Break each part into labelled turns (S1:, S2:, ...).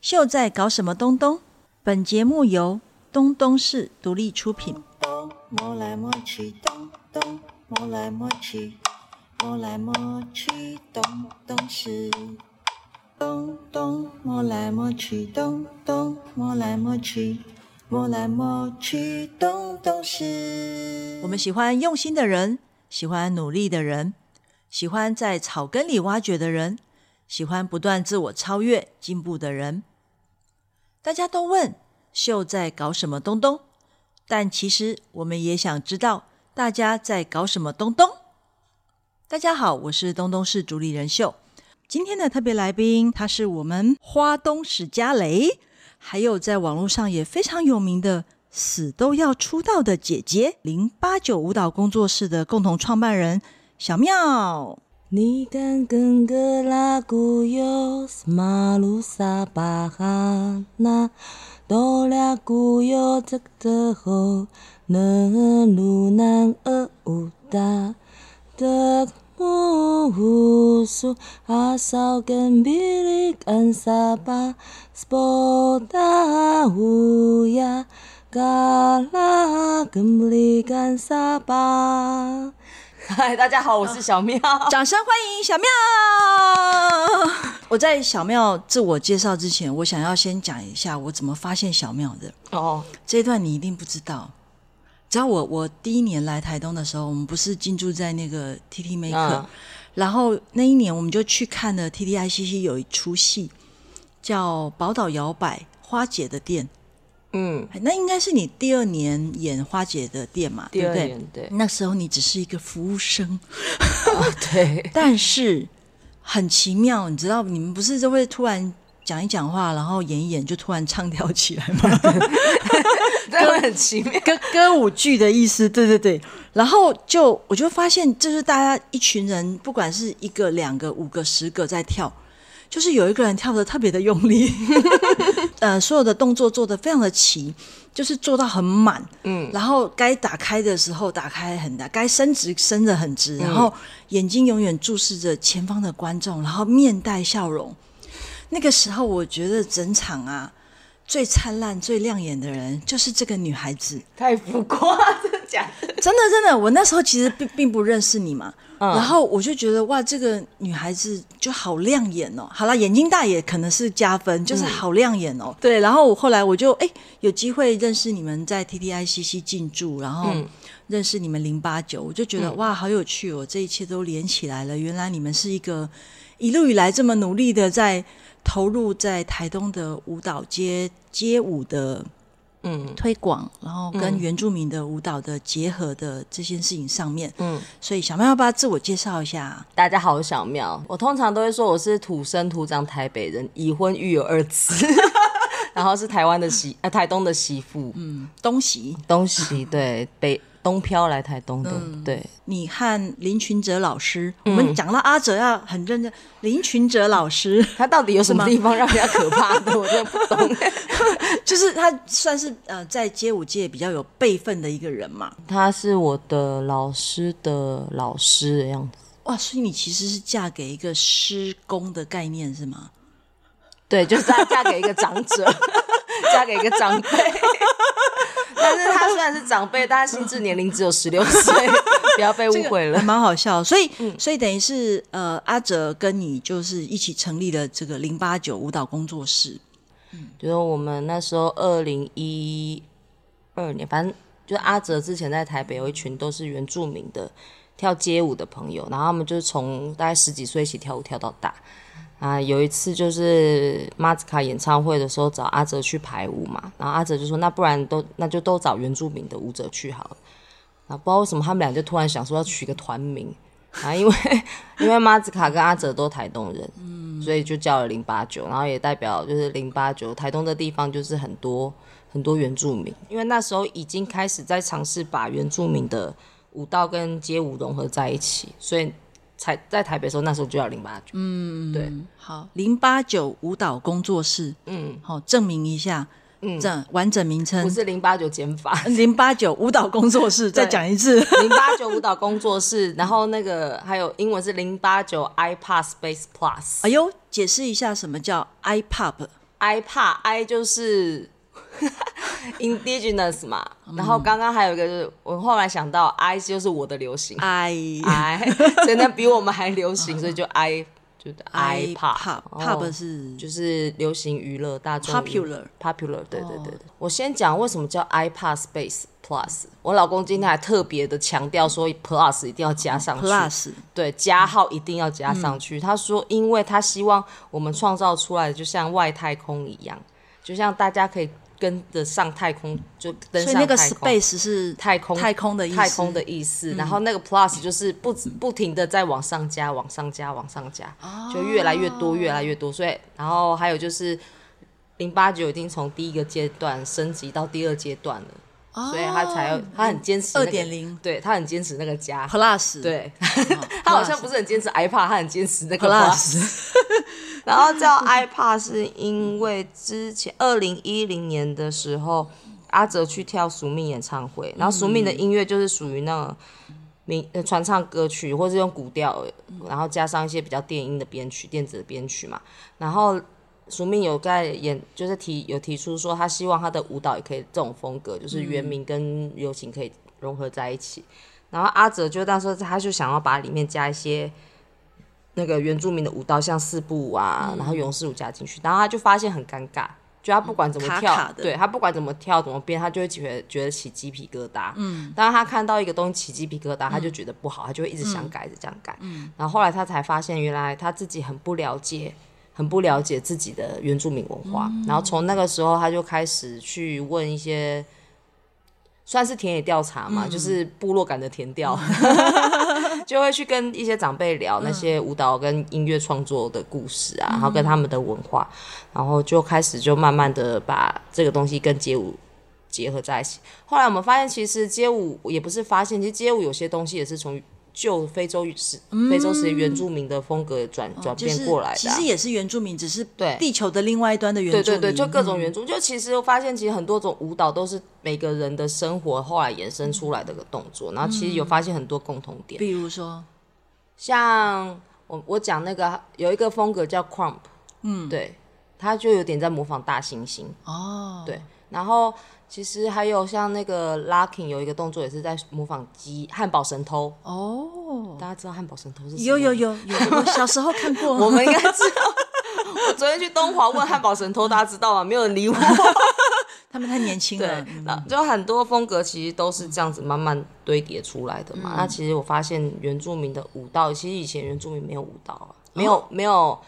S1: 秀在搞什么东东？本节目由东东市独立出品。
S2: 咚，摸来摸去，咚咚，摸来摸去，摸来摸去，咚咚是。咚咚，摸来摸去，咚咚，摸来摸去，摸来摸去，咚咚是。
S1: 我们喜欢用心的人，喜欢努力的人，喜欢在草根里挖掘的人，喜欢不断自我超越、进步的人。大家都问秀在搞什么东东，但其实我们也想知道大家在搞什么东东。大家好，我是东东市主理人秀。今天的特别来宾，他是我们花东史嘉蕾，还有在网络上也非常有名的“死都要出道”的姐姐零八九舞蹈工作室的共同创办人小妙。
S2: 你敢跟个拉古哟，马路萨巴哈那，多拉古哟，这个后，那路南呃乌达，的木乌苏阿少跟比利跟萨巴，斯波达乌呀，嘎拉跟比利跟萨 巴。嗨，大家好，我是小妙。
S1: 掌声欢迎小妙！我在小妙自我介绍之前，我想要先讲一下我怎么发现小妙的。
S2: 哦，
S1: 这一段你一定不知道。只要我我第一年来台东的时候，我们不是进驻在那个 T T Maker，、
S2: 嗯
S1: 然后那一年我们就去看了 T T I C C 有一出戏叫《宝岛摇摆花姐的店
S2: 嗯》，，
S1: 哎那应该是你第二年演花姐的店嘛，
S2: 第二
S1: 对
S2: 年
S1: 不对？
S2: 对
S1: 那时候你只是一个服务生，
S2: 对，
S1: 但是很奇妙，你知道，你们不是就会突然讲一讲话，然后演一演就突然唱跳起来吗？
S2: 真的很奇妙。
S1: 歌 歌舞剧的意思，对对对。然后就我就发现，就是大家一群人，不管是一个、两个、五个、十个在跳，就是有一个人跳的特别的用力， 呃，所有的动作做的非常的齐，就是做到很满，嗯，然后该打开的时候打开很大，该伸直伸的很直，然后眼睛永远注视着前方的观众，然后面带笑容。那个时候，我觉得整场啊。最灿烂、最亮眼的人就是这个女孩子，
S2: 太浮夸，真的假的？
S1: 真的真的，我那时候其实并并不认识你嘛，然后我就觉得哇，这个女孩子就好亮眼哦。好啦，眼睛大也可能是加分，就是好亮眼哦。对，然后我后来我就哎、有机会认识你们在 T T I C C 进驻，然后认识你们零八九，我就觉得、哇，好有趣哦，这一切都连起来了。原来你们是一个一路以来这么努力的在投入在台东的舞蹈街街舞的
S2: 嗯
S1: 推广，然后跟原住民的舞蹈的结合的这件事情上面，
S2: 嗯，
S1: 所以小妹要不要自我介绍一下？
S2: 大家好，我是小妙。我通常都会说我是土生土长台北人，已婚育有二 次，然后是台湾的媳，呃，台东的媳妇。嗯，
S1: 嗯，东喜，
S2: 东西对北东漂来台东的，对，
S1: 你和林群哲老师，我们讲到阿哲要很认真，林群哲老师
S2: 他到底有什么地方让人家可怕的？我真的不 懂。
S1: 就是他算是呃在街舞界比较有辈分的一个人嘛。
S2: 他是我的老师的老师的样子。
S1: 哇，所以你其实是嫁给一个师公的概念是吗？
S2: 对，就是她嫁给一个长者， 嫁给一个长辈。但是她虽然是长辈，但她心智年龄只有十六岁，不要被误会了
S1: 还。蛮好笑，所以、所以等于是呃阿哲跟你就是一起成立了这个零八九舞蹈工作室，
S2: 就是我们那时候二零一二年，反正就是阿哲之前在台北有一群都是原住民的跳街舞的朋友，然后他们就是从大概十几岁一起跳舞跳到大。啊，有一次就是马子卡演唱会的时候找阿哲去排舞嘛，然后阿哲就说那不然都那就都找原住民的舞者去好了。啊，不知道为什么他们俩就突然想说要取一个团名，啊，因为 因为马子卡跟阿哲都台东人，所以就叫了零八九，然后也代表就是零八九台东的地方就是很多很多原住民，因为那时候已经开始在尝试把原住民的舞蹈跟街舞融合在一起，所以才在台北的时候那时候就叫零八九，嗯，对，
S1: 好，零八九舞蹈工作室，
S2: 嗯，
S1: 好、证明一下，嗯，这完整名
S2: 不
S1: 称
S2: 是零八九减法，
S1: 零八九舞蹈工作室，再讲一次。
S2: 零八九舞蹈工作室，然后那个还有英文是零八九 iPad Space Plus，
S1: 哎呦，解释一下什么叫 iPub
S2: i 怕 i 就是 indigenous 嘛，然后刚刚还有一个就是我后来想到 i 就是我的流行
S1: 哎
S2: i，所以那比我们还流 行，所以就 i 就是 i 怕
S1: pop
S2: 哦
S1: pop 是
S2: 就是流行娱乐大众娱
S1: popular 哦
S2: popular，对对对对。我先讲为什么叫 iPad Space Plus，我老公今天还特别的强调说 Plus 一定要加上去
S1: plus 嗯
S2: 对，加号一定要加上去。他说，因为他希望我们创造出来的就像外太空一样，就像大家可以跟着上太空，就登
S1: 所
S2: 上
S1: 以那个
S2: 太空。
S1: space 是
S2: 太空
S1: 太空的意思嗯
S2: 太空的意思，然后那个 plus 就是不不停的在往上加，往上加，往上加，
S1: 哦
S2: 就越来越多，越来越多。所以，然后还有就是零八九已经从第一个阶段升级到第二阶段了，
S1: 哦
S2: 所以他才要他很坚持那个
S1: 2.0
S2: 对他很坚持那个加。
S1: 哦 plus
S2: 对，
S1: 哦
S2: 他好像不是很坚持 iPad，他很坚持那个 plus。
S1: plus
S2: 然后叫 iPad 是因为之前二零一零年的时候，阿哲去跳俗命演唱会，然后俗命的音乐就是属于那种民呃传唱歌曲，或是用古调，然后加上一些比较电音的编曲、电子的编曲嘛。然后俗命有在演，就是提有提出说，他希望他的舞蹈也可以这种风格，就是原名跟流行可以融合在一起。然后阿哲就那时候他就想要把里面加一些那个原住民的舞蹈，像四步舞啊，
S1: 嗯
S2: 然后勇士舞加进去，然后他就发现很尴尬，就他不管怎么
S1: 卡
S2: 跳，
S1: 卡的
S2: 对他不管怎么跳怎么变，他就会觉得觉得起鸡皮疙瘩。嗯，当他看到一个东西起鸡皮疙瘩，他就
S1: 嗯
S2: 觉得不好，他就会一直想改，一直想改。嗯，然后后来他才发现，原来他自己很不了解。很不了解自己的原住民文化，
S1: 嗯
S2: 然后从那个时候他就开始去问一些，算是田野调查
S1: 嗯
S2: 嘛，就是部落感的田调， 就会去跟一些长辈聊
S1: 嗯
S2: 那些舞蹈跟音乐创作的故事啊，然后跟他们的文化，然后就开始就慢慢的把这个东西跟街舞结合在一起。后来我们发现，其实街舞也不是发现，其实街舞有些东西也是从旧非洲时非洲时期原住民的风格转转
S1: 嗯哦就
S2: 变
S1: 是
S2: 过来的啊、
S1: 其实也是原住民，只是
S2: 对
S1: 地球的另外一端的原住
S2: 对
S1: 民，嗯
S2: 对，就各种原著，就其实我发现，其实很多种舞蹈都是每个人的生活后来衍生出来的个动作，然后其实
S1: 嗯
S2: 有发现很多共同点，
S1: 比如说
S2: 像我我讲那个有一个风格叫 crump，嗯，对，它就有点在模仿大猩猩，
S1: 哦，
S2: 对，然后其实还有像那个 locking 有一个动作也是在模仿鸡汉堡神偷，
S1: 哦，
S2: 大家知道汉堡神偷是什么
S1: 有有
S2: 吗
S1: 有有，我小时候看过，
S2: 我们应该知道。 我昨天去东华问汉堡神偷，大家知道吗？没有人理我。
S1: 他们太年轻了，
S2: 对，那就很多风格其实都是这样子慢慢堆叠出来的
S1: 嗯
S2: 嘛。那其实我发现原住民的舞蹈，其实以前原住民没有舞蹈
S1: 哦
S2: 啊，没有、没有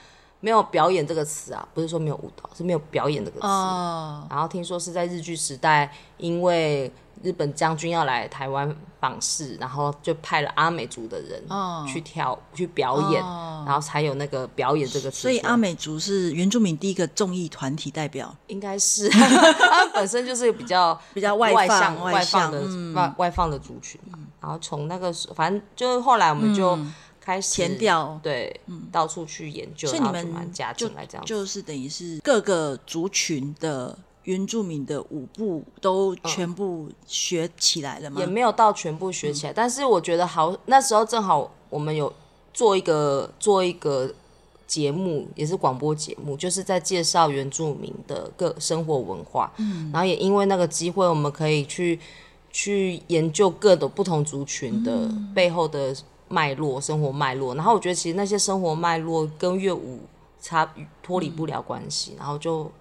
S2: 没有表演这个词啊，不是说没有舞蹈，是没有表演这个词。啊
S1: 哦，
S2: 然后听说是在日据时代，因为日本将军要来台湾访视，然后就派了阿美族的人
S1: 哦
S2: 去跳、去表演，然后才有那个表演这个词出
S1: 所
S2: 来。
S1: 以阿美族是原住民第一个众议团体代表，
S2: 应 该是他们本身就是比较
S1: 比较
S2: 外
S1: 外放
S2: 向
S1: 外
S2: 放
S1: 向嗯
S2: 的外外放的族群嘛。然后从那个时候，反正就是后来我们就开始
S1: 嗯填掉嗯
S2: 对，到处去研究，
S1: 所以
S2: 然
S1: 你
S2: 后怎么
S1: 们
S2: 样加
S1: 就
S2: 进来这样子。
S1: 就是等于是各个族群的原住民的舞步都全部学起来了吗
S2: 嗯也？没有到全部学
S1: 嗯
S2: 起来，但是我觉得好，那时候正好我们有做一个做一个节目，也是广播节目，就是在介绍原住民的各生活文化。嗯，然后也因为那个机会，我们可以去去研究各种不同族群的
S1: 嗯
S2: 背后的脉络、生活脉络。然后我觉得其实那些生活脉络跟乐舞差脱离不了关系，
S1: 嗯
S2: 然后就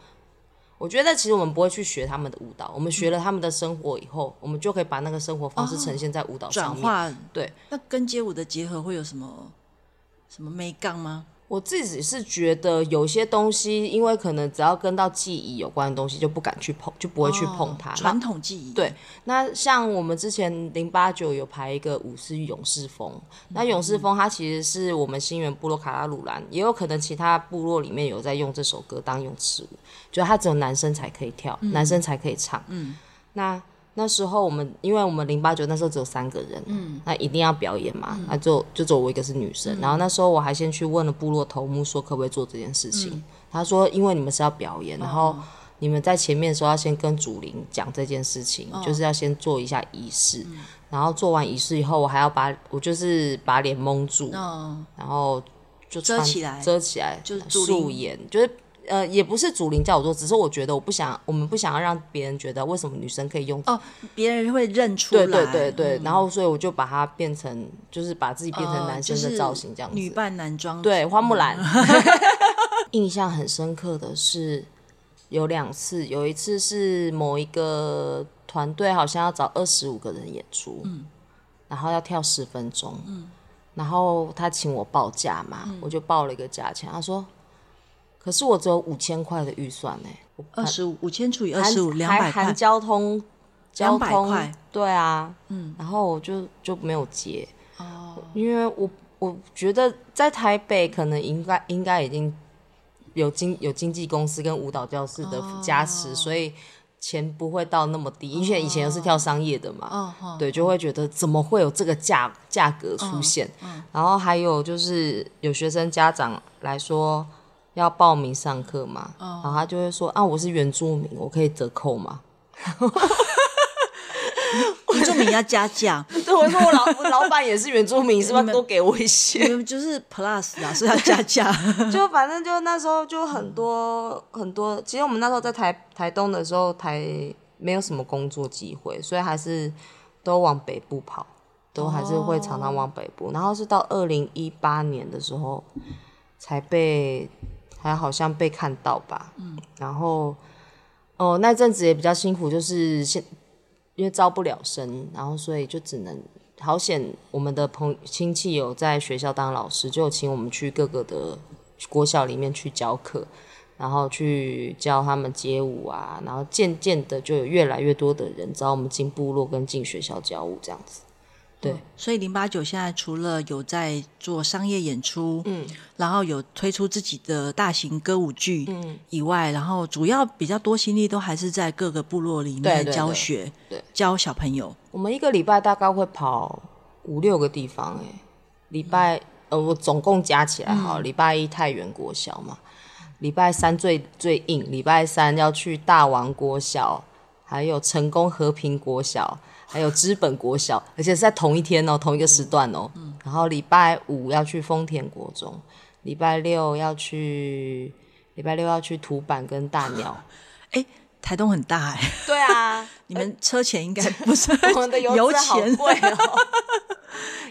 S2: 我觉得其实我们不会去学他们的舞蹈，我们学了他们的生活以后，我们就可以把那个生活方式呈现在舞蹈
S1: 嗯
S2: 上
S1: 转
S2: 面。
S1: 化
S2: 对，
S1: 那跟街舞的结合会有什么什么美杠吗？
S2: 我自己是觉得有些东西，因为可能只要跟到记忆有关的东西，就不敢去碰，就不会
S1: 哦
S2: 去碰它。那
S1: 传统技艺
S2: 对，那像我们之前零八九有排一个舞是勇士风，那勇士风它其实是我们新源部落卡拉鲁兰，也有可能其他部落里面有在用这首歌当勇士舞，就它只有男生才可以跳，男生才可以唱。嗯，那那时候我们因为我们零八九那时候只有三个人，嗯，那一定要表演嘛，那就就只有我一个是女生，然后那时候我还先去问了部落头目说可不可以做这件事情，他说因为你们是要表演，然后。你们在前面的时候要先跟祖灵讲这件事情，就是要先做一下仪式，然后做完仪式以后，我还要把我就是把脸蒙住，
S1: 哦，
S2: 然后就
S1: 遮
S2: 穿
S1: 起来
S2: 遮起来，就是
S1: 祖灵
S2: 素颜，就是呃，也不是祖灵叫我做，只是我觉得我不想，我们不想要让别人觉得为什么女生可以用
S1: 哦，嗯别人会认出来。
S2: 对对对对，然后所以我就把它变成，就是把自己变
S1: 呃
S2: 成男生的造型这样子。
S1: 哦女扮男装。
S2: 对，花木兰。嗯 印象很深刻的是有两次，有一次是某一个团队好像要找二十五个人演出，
S1: 嗯
S2: 然后要跳十分钟，然后他请我报价嘛，
S1: 嗯
S2: 我就报了一个价钱，他说。可是我只有五千块的预算欸呢、我
S1: 二十五五千除以二
S2: 含
S1: 十五，两
S2: 还
S1: 百
S2: 含
S1: 块。
S2: 交通，交
S1: 200
S2: 通
S1: 块
S2: 对啊，嗯，然后我就就没有接，哦，因为我我觉得在台北可能应该应该已经有经有经纪公司跟舞蹈教室的加持，所以钱不会到那么低，因为以前又是跳商业的嘛，
S1: 哦哦，
S2: 对，就会觉得怎么会有这个价价格出现？然后还有就是有学生家长来说要报名上课嘛，然后他就会说啊，我是原住民，我可以折扣吗？
S1: 原住民要加价，
S2: 对，我说我老我老板也是原住民，是不是要多给我一
S1: 你
S2: 些？
S1: 们就是 plus 啊，是要加价。
S2: 就反正就那时候就很多、很多，其实我们那时候在台台东的时候，台没有什么工作机会，所以还是都往北部跑，都还是会常常往北部。然后是到二零一八年的时候，才被还好像被看到吧，嗯，然后哦那阵子也比较辛苦，就是现因为招不了生，然后所以就只能好险，我们的朋亲戚有在学校当老师，就有请我们去各个的国小里面去教课，然后去教他们街舞啊，然后渐渐的就有越来越多的人找我们进部落跟进学校教舞这样子。对，
S1: 所以零八九现在除了有在做商业演出，嗯，然后有推出自己的大型歌舞剧，嗯，以外，然后主要比较多心力都还是在各个部落里
S2: 对
S1: 面
S2: 对对
S1: 教学，
S2: 对
S1: 教小朋友。
S2: 我们一个礼拜大概会跑五六个地方、欸，礼拜呃，我总共加起来好，礼、拜一太原国小嘛，礼拜三最最硬，礼拜三要去大王国小，还有成功和平国小，还有知本国小，而且是在同一天哦、同一个时段哦、然后礼拜五要去丰田国中，礼拜六要去，礼拜六要去土板跟大鸟。
S1: 哎，台东很大哎、
S2: 对啊，
S1: 你们车钱应该不是
S2: 我们的油
S1: 油
S2: 脂好
S1: 钱
S2: 贵 哦，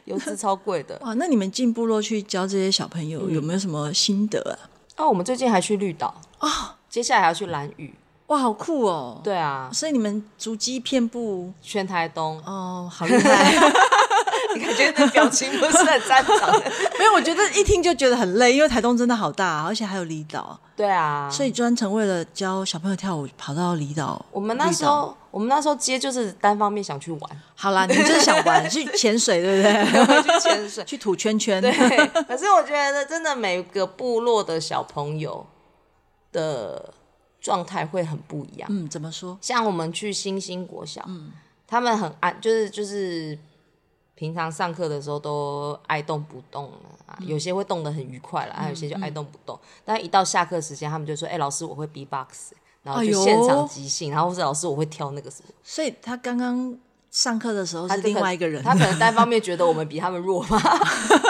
S2: 油脂超贵的。
S1: 哇？那你们进部落去教这些小朋友、
S2: 嗯
S1: 有没有什么心得啊？
S2: 哦，我们最近还去绿岛哦，接下来还要去兰屿。
S1: 哇，好酷哦！，
S2: 对啊，
S1: 所以你们足迹遍布，
S2: 全台东
S1: 哦，好厉害！
S2: 你感觉那表情不是很 赞赏。
S1: 没有，我觉得一听就觉得很累，因为台东真的好大，而且还有离岛，
S2: 对啊，
S1: 所以专程为了教小朋友跳舞，跑到离岛。
S2: 我们那时候，我们那时候接就是单方面想去玩，
S1: 好啦，你们就是想玩去潜水，对不对？
S2: 去潜水。
S1: 去吐圈圈，
S2: 对，可是我觉得真的每个部落的小朋友的状态会很不一样。
S1: 嗯，怎么说？
S2: 像我们去新兴国小，
S1: 嗯
S2: 他们很爱，就是就是平常上课的时候都爱动不动啊，
S1: 嗯
S2: 有些会动得很愉快了，还、有些就爱动不动。但一到下课时间，他们就说：“哎、老师，我会 B-box。”然后
S1: 哎
S2: 就
S1: 呦
S2: 现场即兴，然后是老师我会跳那个什么，
S1: 所以他刚刚上课的时候
S2: 他
S1: 是
S2: 就可
S1: 另外一个人，
S2: 他可能单方面觉得我们比他们弱 嘛。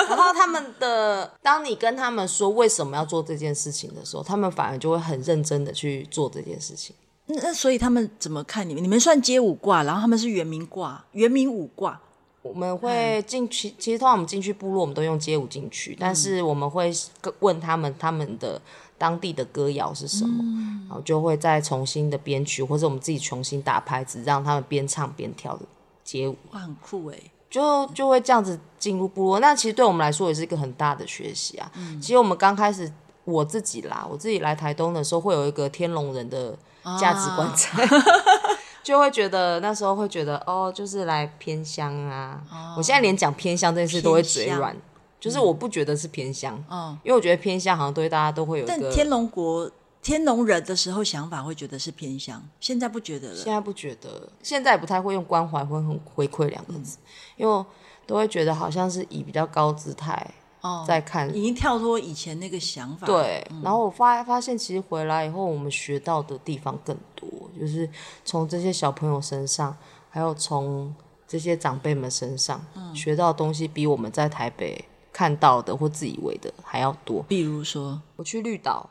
S2: 然后他们的，当你跟他们说为什么要做这件事情的时候，他们反而就会很认真的去做这件事情。
S1: 那那所以他们怎么看你们？你们算街舞挂，然后他们是原名挂，原名舞挂。
S2: 我们会进去，其实通常我们进去部落，我们都用街舞进去，但是我们会跟问他们他们的当地的歌谣是什么，然后就会再重新的编曲，或者我们自己重新打拍子，让他们边唱边跳的街舞，
S1: 哇，很酷哎！
S2: 就就会这样子进入部落。那其实对我们来说也是一个很大的学习啊。其实我们刚开始我自己啦，我自己来台东的时候，会有一个天龙人的价值观在。就会觉得那时候会觉得哦，就是来偏乡啊。我现在连讲偏乡这件事都会嘴软，就是我不觉得是偏乡，
S1: 哦，
S2: 因为我觉得偏乡好像对大家都会有一
S1: 但
S2: 个。
S1: 天龙国天龙人的时候想法会觉得是偏向，现在不觉得了
S2: 现。在不觉得，现在也不太会用关怀或很回馈两个字，因为我都会觉得好像是以比较高姿态
S1: 哦，
S2: 在看
S1: 已经跳脱以前那个想法。，
S2: 对，然后我发发现，其实回来以后，我们学到的地方更多，就是从这些小朋友身上，还有从这些长辈们身上、
S1: 嗯
S2: 学到的东西，比我们在台北看到的或自以为的还要多。
S1: 比如说，
S2: 我去绿岛，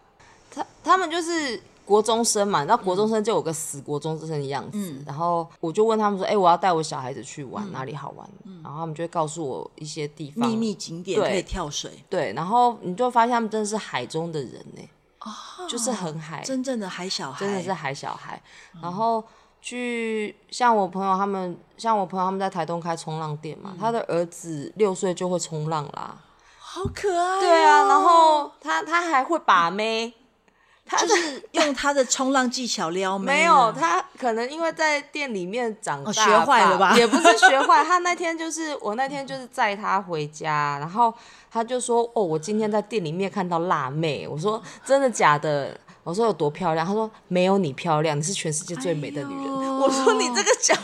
S2: 他他们就是国中生嘛，然后国中
S1: 嗯
S2: 生就有个死国中生的样子。然后我就问他们说：“哎、我要带我小孩子去玩，哪里好玩？”然后他们就会告诉我一些地方
S1: 嗯秘密景点
S2: 对
S1: 可以跳水，
S2: 对，然后你就发现他们真的是海中的人呢、就是很海，
S1: 真正的海小孩，
S2: 真哦的是海小孩。然后去像我朋友他们，像我朋友他们在台东开冲浪店嘛，他的儿子六岁就会冲浪啦。
S1: 好可爱、哦
S2: 对啊，然后他他还会把妹，他的
S1: 就是用他的冲浪技巧撩妹啊，
S2: 没有，他可能因为在店里面长大吧、
S1: 哦学坏了吧
S2: 也不是学 坏。他那天就是我那天就是载他回家，然后他就说：“哦，我今天在店里面看到辣妹。”我说：“真的假的？”我说：“有多漂亮？”他说：“没有你漂亮，你是全世界最美的女人。
S1: 哎呦
S2: 我说：“你这个讲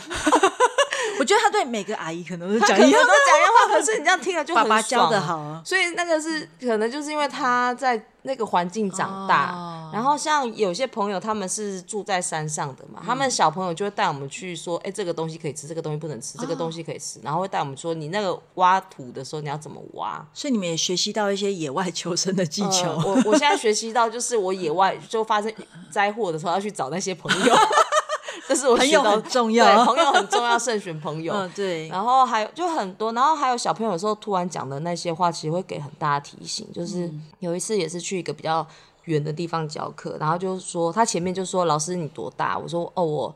S1: 我觉得他对每个阿姨可能都
S2: 可
S1: 讲
S2: 能
S1: 一
S2: 都
S1: 样，
S2: 讲一样话，可是你这样听了就很
S1: 爸
S2: 爽。
S1: 爸教的好啊，
S2: 所以那个是可能就是因为他在那个环境长大，
S1: 哦
S2: 然后像有些朋友他们是住在山上的
S1: 嗯
S2: 嘛，他们小朋友就会带我们去说，哎、这个东西可以吃，这个东西不能吃，
S1: 啊
S2: 这个东西可以吃，然后会带我们说，你那个挖土的时候你要怎么挖。
S1: 所以你们也学习到一些野外求生的技巧。
S2: 呃我我现在学习到，就是我野外就发生灾祸的时候要去找那些朋 友， 这是我
S1: 朋
S2: 学
S1: 友
S2: 到
S1: 很重要啊
S2: 对，朋友很重要，慎选朋友。
S1: 嗯，对，
S2: 然后还有就很多，然后还有小朋友有时候突然讲的那些话，其实会给很大的提醒。就是有一次也是去一个比较远的地方教课，然后就说他前面就说老师你多大？我说哦我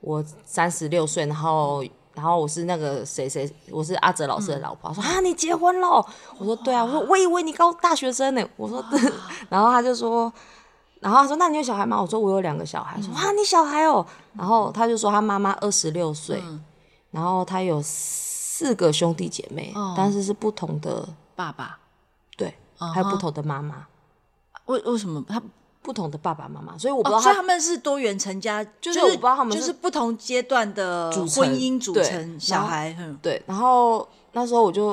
S2: 我三十六岁，然后然后我是那个谁谁，我是阿哲老师的老婆。他说啊你结婚了？我说对啊，我说我以为你高大学生呢。我说 对，然后他就说。然后他说：“那你有小孩吗？”我说：“我有两个小孩。说：“啊，你小孩哦。”然后他就说他妈妈二十六岁，然后他有四个兄弟姐妹，
S1: 哦
S2: 但是是不同的，
S1: 爸爸，
S2: 对，
S1: 嗯
S2: 还有不
S1: 哼
S2: 同的妈妈，
S1: 为为什么他？
S2: 不同的爸爸妈妈，所以我不知
S1: 哦，
S2: 道
S1: 所
S2: 他
S1: 以他们是多元成家，就是
S2: 我不知道他们是
S1: 就是不同阶段的
S2: 组成
S1: 婚姻组
S2: 对
S1: 成小孩，嗯，
S2: 对，然后那时候我就，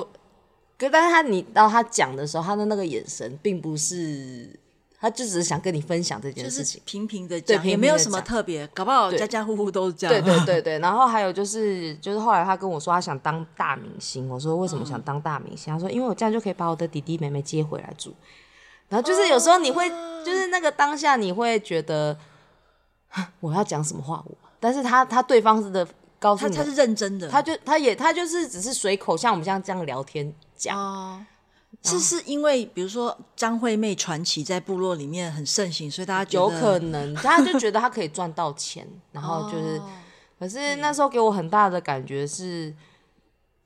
S2: 可但是他你到他讲的时候，他的那个眼神并不是，他就只是想跟你分享这件
S1: 就
S2: 事
S1: 是
S2: 情。
S1: 平平的
S2: 对
S1: 讲，
S2: 平
S1: 也
S2: 平
S1: 没有
S2: 地
S1: 什么
S2: 讲
S1: 特别，搞不好家家户户都是这
S2: 对
S1: 样。
S2: 对 对对，然后还有就是，就是后来他跟我说他想当大明星，我说为什么
S1: 嗯
S2: 想当大明星？他说因为我这样就可以把我的弟弟妹妹接回来住。然后就是有时候你会，
S1: 哦
S2: 就是那个当下你会觉得啊我要讲什么话，我但是他他对方是的告诉
S1: 他
S2: 你
S1: 他
S2: 的，
S1: 是认真的，
S2: 他就他也他就是只是随口像我们这样这样聊天讲，
S1: 哦，是是因为比如说张惠妹传奇在部落里面很盛行，所以大家觉
S2: 有
S1: 得
S2: 可能，他就觉得他可以赚到钱，然后
S1: 哦
S2: 就是，可是那时候给我很大的感觉是，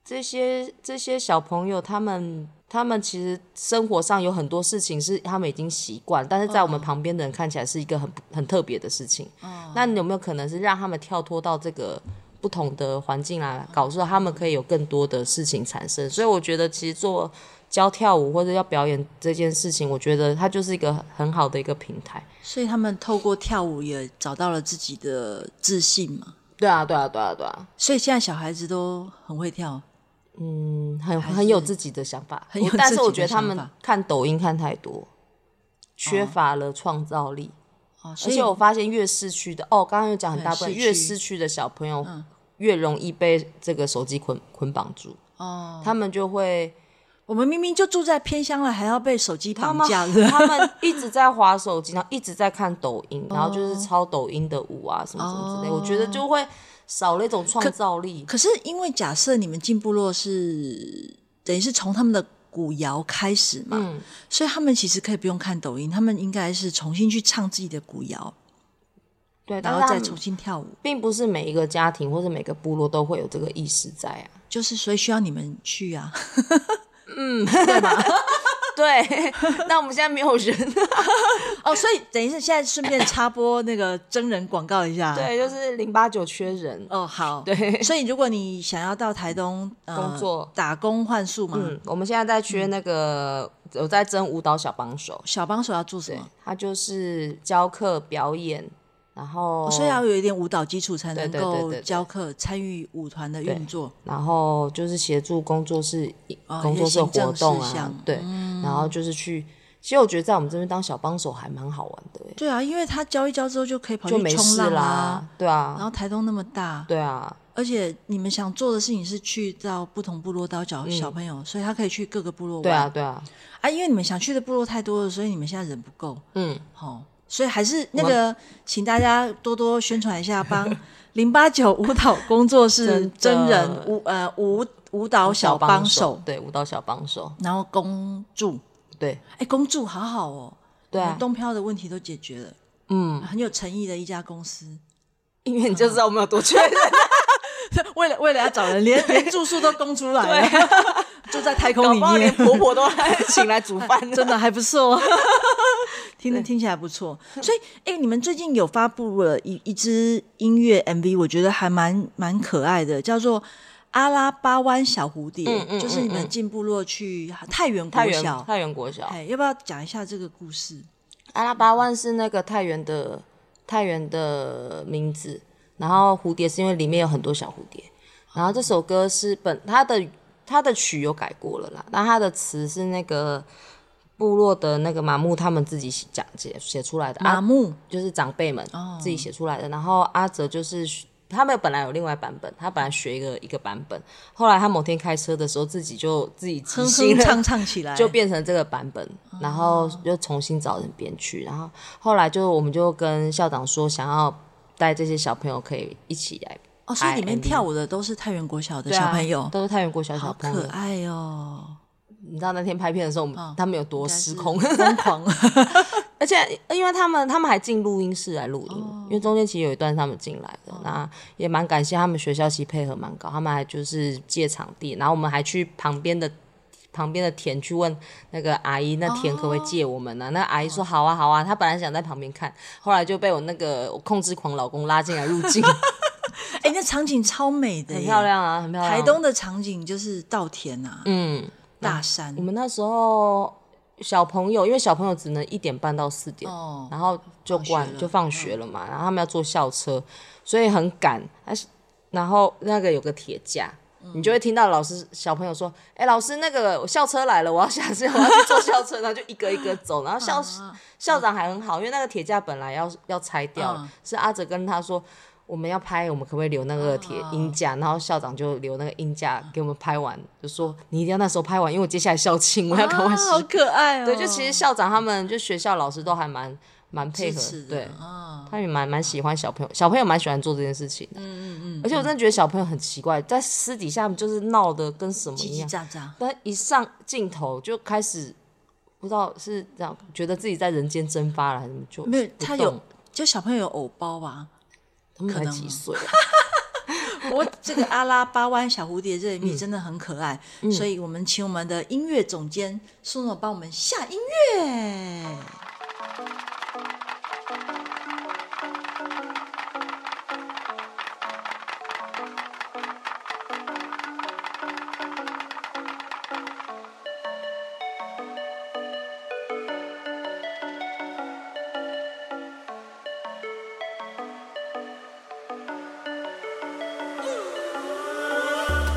S2: 这些这些小朋友他们。他们其实生活上有很多事情是他们已经习惯，但是在我
S1: 嗯
S2: 们旁边的人看起来是一个很很特别的事情。那你有没有可能是让他们跳脱到这个不同的环境来搞，说他们可以有更多的事情产生？所以我觉得其实做教跳舞或者要表演这件事情，我觉得它就是一个很好的一个平台。
S1: 所以他们透过跳舞也找到了自己的自信嘛。
S2: 对啊，对啊，对啊，对啊，
S1: 所以现在小孩子都很会跳，
S2: 嗯，很
S1: 是
S2: 很有自己的想法，
S1: 很有
S2: 我但
S1: 自
S2: 是
S1: 己
S2: 我
S1: 的
S2: 觉得他
S1: 想
S2: 们
S1: 法
S2: 看抖音看太多，缺乏了创造力。
S1: 哦，所
S2: 而
S1: 以
S2: 且我发现越市区的，哦，刚刚有讲很大部分，
S1: 市区嗯
S2: 越市区的小朋友越容易被这个手机捆捆绑住，
S1: 哦，
S2: 他们就会
S1: 我们明明就住在偏乡了，还要被手机
S2: 他
S1: 绑
S2: 们
S1: 架了。
S2: 他们一直在划手机，然后一直在看抖音，然后
S1: 哦
S2: 就是抄抖音的舞啊什么什么之类，我觉得就会少了一种创造力。
S1: 可是因为假设你们进部落是等于是从他们的古谣开始嘛，
S2: 嗯
S1: 所以他们其实可以不用看抖音，他们应该是重新去唱自己的古谣，
S2: 对，
S1: 然
S2: 但是
S1: 后
S2: 他
S1: 再
S2: 们
S1: 重新跳舞。
S2: 并不是每一个家庭或者每个部落都会有这个意识在啊。
S1: 就是所以需要你们去啊，
S2: 对， 但我们现在没有人。
S1: 哦，所以等于是现在顺便插播那个真人广告一下，，
S2: 对，就是零八九缺人。
S1: 哦，好，
S2: 对，
S1: 所以如果你想要到台东、呃
S2: 工作
S1: 打工换宿嘛，
S2: 嗯，我们现在在缺那个，有在征舞蹈小帮手，
S1: 小帮手要做什么？
S2: 他就是教课表演，然后、
S1: 哦所以要有一点舞蹈基础，才能
S2: 对对对对
S1: 够
S2: 对
S1: 教课、参与舞团的运作。
S2: 然后就是协助工作室、
S1: 哦
S2: 工作室
S1: 一
S2: 的
S1: 些行政
S2: 活动
S1: 事
S2: 啊
S1: 项，嗯
S2: 对，然后就是去。其实我觉得在我们这边当小帮手还蛮好玩的耶，
S1: 对啊，因为他教一教之后就可以跑
S2: 就
S1: 去
S2: 没
S1: 冲
S2: 事
S1: 浪
S2: 啦
S1: 啊。，
S2: 对
S1: 然
S2: 啊，
S1: 后台东那么大，
S2: 对啊，
S1: 而且你们想做的事情是去到不同部落到小小朋友，所以他可以去各个部落玩。
S2: 嗯对啊，对啊，
S1: 啊因为你们想去的部落太多了，所以你们现在人不够。
S2: 嗯，
S1: 好，所以还是那个，请大家多多宣传一下，帮 零八九舞蹈工作室真
S2: 真的
S1: 人舞呃舞舞蹈小帮
S2: 帮
S1: 手，
S2: 对，舞蹈小帮手，
S1: 然后公助，
S2: 对
S1: 哎，公助好好哦，
S2: 对
S1: 我
S2: 啊
S1: 们，东漂的问题都解决了，
S2: 嗯，
S1: 很有诚意的一家公司。
S2: 因为你就知道我们有多缺人，
S1: 为了为了要找人，连连住宿都供出来了，啊 住在太空
S2: 搞
S1: 里
S2: 不好连
S1: 面，
S2: 婆婆都来请来煮饭 呢。
S1: 真的还不错，听听起来不错。所以，哎、你们最近有发布了一一支音乐 MV，我觉得还蛮蛮可爱的，叫做。阿拉巴湾小蝴蝶，
S2: 嗯嗯
S1: 就是你们进部落去啊太原
S2: 太
S1: 国
S2: 原
S1: 小，
S2: 太原国小，
S1: 哎，要不要讲一下这个故事？
S2: 阿拉巴万是那个太原的太原的名字，然后蝴蝶是因为里面有很多小蝴蝶，然后这首歌是本它的它的曲有改过了啦，那它的词是那个部落的那个麻木他们自己讲解写出来的，
S1: 麻
S2: 啊，
S1: 木
S2: 就是长辈们
S1: 哦
S2: 自己写出来的，然后阿哲就是。他们本来有另外版本，他本来学一个一个版本，后来他某天开车的时候自己就自己即
S1: 哼
S2: 兴
S1: 哼
S2: 了，
S1: 唱唱起来，哦
S2: 就变成这个版本， 然后又重新找人编曲，然后后来就我们就跟校长说，想要带这些小朋友可以一起来，
S1: 哦，所以里面
S2: IMV
S1: 跳舞的都是太原国小的
S2: 对啊
S1: 小朋友，
S2: 都是太原国小小
S1: 好
S2: 朋友
S1: 可。爱嗯哦，
S2: 你知道那天拍片的时候，我们他们有多失控，
S1: 疯 狂。
S2: 而且因为他们他们还进录音室来录音，
S1: 哦
S2: 因为中间其实有一段他们进来的，那也蛮感谢他们学校其实配合蛮高，他们还就是借场地，然后我们还去旁边的。旁边的田去问那个阿姨，那田可不可以借我们呢、那阿姨
S1: 哦
S2: 说好啊好啊，她本来想在旁边看，后来就被我那个控制狂老公拉进来入境，
S1: 哎、那场景超美的，
S2: 很漂。亮啊，很漂亮。
S1: 台东的场景就是稻田啊，
S2: 嗯，
S1: 大山
S2: 我们那时候小朋友，因为小朋友只能一点半到四点，
S1: 哦，
S2: 然后就关
S1: 放学了嗯
S2: 就放学了嘛，然后他们要坐校车，所以很赶。但是然后那个有个铁架，
S1: 嗯
S2: 你就会听到老师小朋友说：“哎、老师，那个校车来了，我要下车，我要去坐校车。”然 后就一个一个走。然
S1: 嗯
S2: 后校、校长还很好，因为那个铁架本来要要拆掉了，
S1: 嗯
S2: 是阿哲跟他说。我们要拍，我们可不可以留那个铁音
S1: 嗯
S2: 架？然后校长就留那个音架给我们拍完，就说你一定要那时候拍完，因为我接下来校庆，我要赶快
S1: 啊
S2: 时
S1: 好可爱哦。
S2: 对，就其实校长他们就学校老师都还蛮蛮配
S1: 支
S2: 合
S1: 持，的
S2: 对，
S1: 啊，
S2: 他也蛮蛮喜欢小朋友，小朋友蛮喜欢做这件事情的。嗯嗯嗯。而且我真的觉得小朋友很奇怪，在私底下就是闹得跟什么
S1: 叽
S2: 一
S1: 叽
S2: 样，
S1: 喳喳，
S2: 但一上镜头就开始不知道是这样，觉得自己在人间蒸发了，还是什么就
S1: 没有
S2: 不
S1: 他
S2: 动
S1: 有，就小朋友有偶包吧？
S2: 他们
S1: 可
S2: 才
S1: 能
S2: 几
S1: 吗
S2: 岁啊？
S1: 我这个阿拉巴湾小蝴蝶这一
S2: 嗯
S1: 米真的很可爱，所以我们请我们的音乐总监苏诺帮我们下音乐。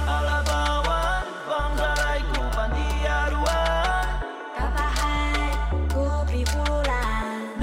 S3: Alabawan, Bangkai, Kupan, Diaruan
S4: Kabahan, ku pipulan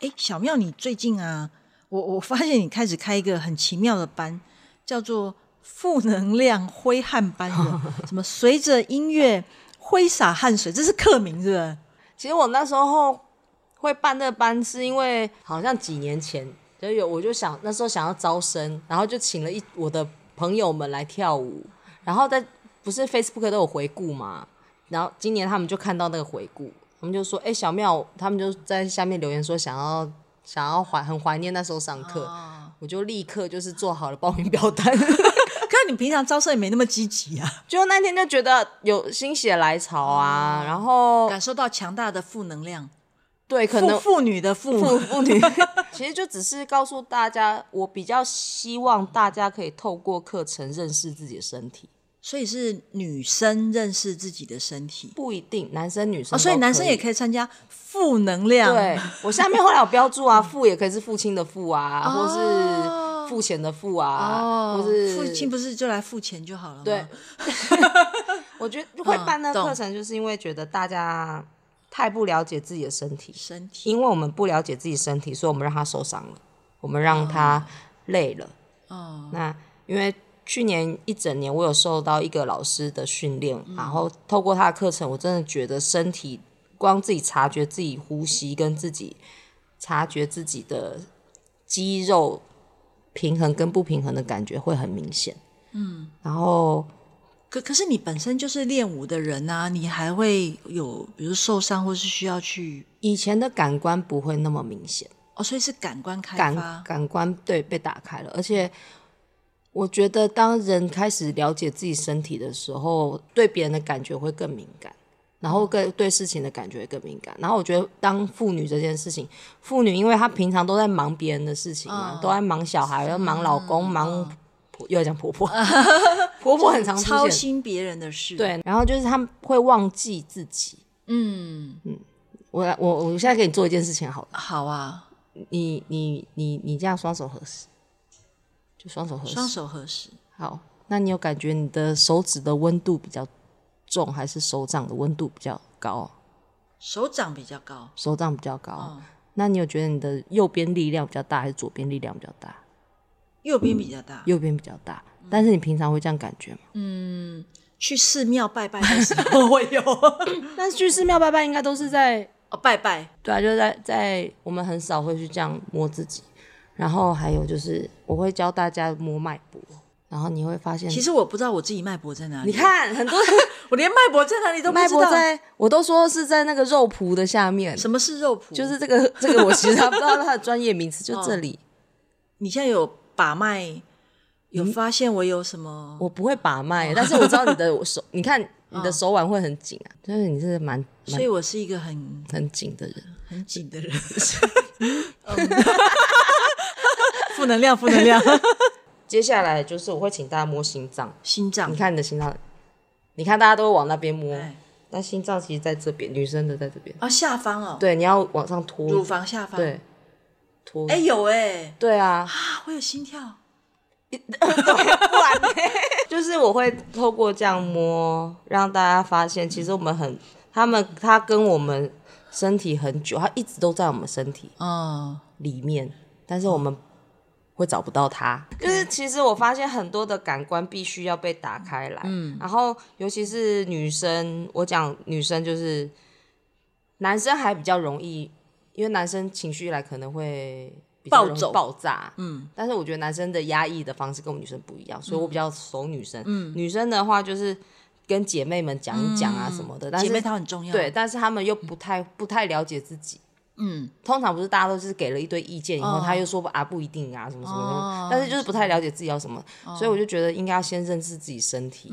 S1: 哎，小妙，你最近啊，我我发现你开始开一个很奇妙的班，叫做负能量挥汗班的，什么随着音乐挥洒汗水，这是课名是不是？
S2: 其实我那时候会办这个班，是因为好像几年前就有，我就想那时候想要招生，然后就请了一我的朋友们来跳舞，然后在不是 Facebook 都有回顾嘛，然后今年他们就看到那个回顾，他们就说：“哎、小妙，他们就在下面留言说想要想要怀很怀念那时候上课。我就立刻就是做好了报名表单，
S1: 可是你平常招生也没那么积极啊，
S2: 就那天就觉得有心血来潮啊，然后
S1: 感受到强大的负能量，
S2: 对可
S1: 妇
S2: 能
S1: 妇女的妇，
S2: 妇妇女， 其实就只是告诉大家，我比较希望大家可以透过课程认识自己的身体，
S1: 所以是女生认识自己的身体
S2: 不一定男生女生
S1: 哦，所以男生也
S2: 以。
S1: 可以参加负能量，
S2: 对我下面后来有标注啊，父也可以是父亲的父啊，或
S1: 哦
S2: 是付钱的付啊，
S1: 哦，
S2: 或是
S1: 父亲不是就来付钱就好了吗？
S2: 对，我觉得会办那
S1: 嗯懂
S2: 课程，就是因为觉得大家太不了解自己的身体，
S1: 身体
S2: 因为我们不了解自己身体，所以我们让他受伤了，我们让他累了。
S1: 哦，
S2: 那因为去年一整年，我有受到一个老师的训练，然后透过他的课程，我真的觉得身体光自己察觉自己呼吸，跟自己察觉自己的肌肉平衡跟不平衡的感觉会很明显。嗯，然后
S1: 可可是你本身就是练武的人啊，你还会有比如受伤或是需要去
S2: 以前的感官不会那么明显。
S1: 哦，所以是感官开
S2: 感
S1: 发，
S2: 感官对被打开了，而且我觉得当人开始了解自己身体的时候，对别人的感觉会更敏感，
S1: 嗯
S2: 然后更对事情的感觉会更敏感。然后我觉得当妇女这件事情，妇女因为她平常都在忙别人的事情
S1: 嗯
S2: 嘛，都在忙小孩，要忙老公，忙婆又要讲婆 婆，婆婆很常出
S1: 操
S2: 现
S1: 心别人的事，，
S2: 对，然后就是他们会忘记自己。
S1: 嗯，
S2: 我来我我现在给你做一件事情好了。
S1: 好啊，
S2: 你你你你这样双手合十，就双手合
S1: 双
S2: 十。
S1: 手合十，
S2: 好，那你有感觉你的手指的温度比较重，还是手掌的温度比较高？
S1: 手掌比较高，
S2: 手掌比较高。
S1: 嗯
S2: 那你有觉得你的右边力量比较大，还是左边力量比较大？
S1: 右边比较大。
S2: 右边比较大，但是你平常会这样感觉吗？
S1: 去寺庙拜拜的时 候会有
S2: 嗯但是去寺庙拜拜应该都是在
S1: 哦，拜拜
S2: 对啊，就是在在我们很少会去这样摸自己。然后还有就是，我会教大家摸脉搏，然后你会发现，
S1: 其实我不知道我自己脉搏在哪里，
S2: 嗯你看很多人
S1: 我连脉搏在哪里都不
S2: 脉
S1: 知
S2: 搏
S1: 道。
S2: 在，我都说是在那个肉脯的下面，
S1: 什么是肉脯？
S2: 就是这个 这个，我其实还不知道它的专业名词，就这里，
S1: 你现在有把脉，
S2: 嗯
S1: 有发现我有什么？
S2: 我不会把脉，但是我知道你 的手，你看你的手腕会很紧啊，就是你嗯是蛮
S1: 所
S2: 蛮
S1: 以我是一个很
S2: 很紧的人，
S1: 很紧的人。嗯负能量，负能量，
S2: 接下来就是我会请大家摸心脏，
S1: 心
S2: 你
S1: 脏。
S2: 看你的心脏，你看大家都会往那边摸，
S1: 哎，
S2: 但心脏其实在这边，女生的在这边，
S1: 啊，下方哦，
S2: 对，你要往上拖，
S1: 乳房下方。，
S2: 对，拖，
S1: 哎，有哎、
S2: 对啊，
S1: 啊，我有心跳。
S2: 不然呢 就是我会透过这样摸，让大家发现，其实我们很，他们他跟我们身体很久，他一直都在我们身体
S1: 哦，
S2: 里面，但是我们会找不到他。就是其实我发现很多的感官必须要被打开来，然后尤其是女生，我讲女生就是男生还比较容易，因为男生情绪来可能会比较
S1: 暴
S2: 容易
S1: 走
S2: 爆炸，嗯，但是我觉得男生的压抑的方式跟我们女生不一样，所以我比较熟女生，女生的话就是。跟姐妹们讲一讲啊什么的，但
S1: 姐妹
S2: 是
S1: 淘很重要。
S2: 对，，但是他们又不太不太了解自己。
S1: 嗯，
S2: 通常不是大家都是给了一堆意见以后，
S1: 哦
S2: 他又说啊不一定啊什么什么的，
S1: 哦
S2: 但是就是不哦太了解自己要什么，所以我就觉得应该要先认识自己身体，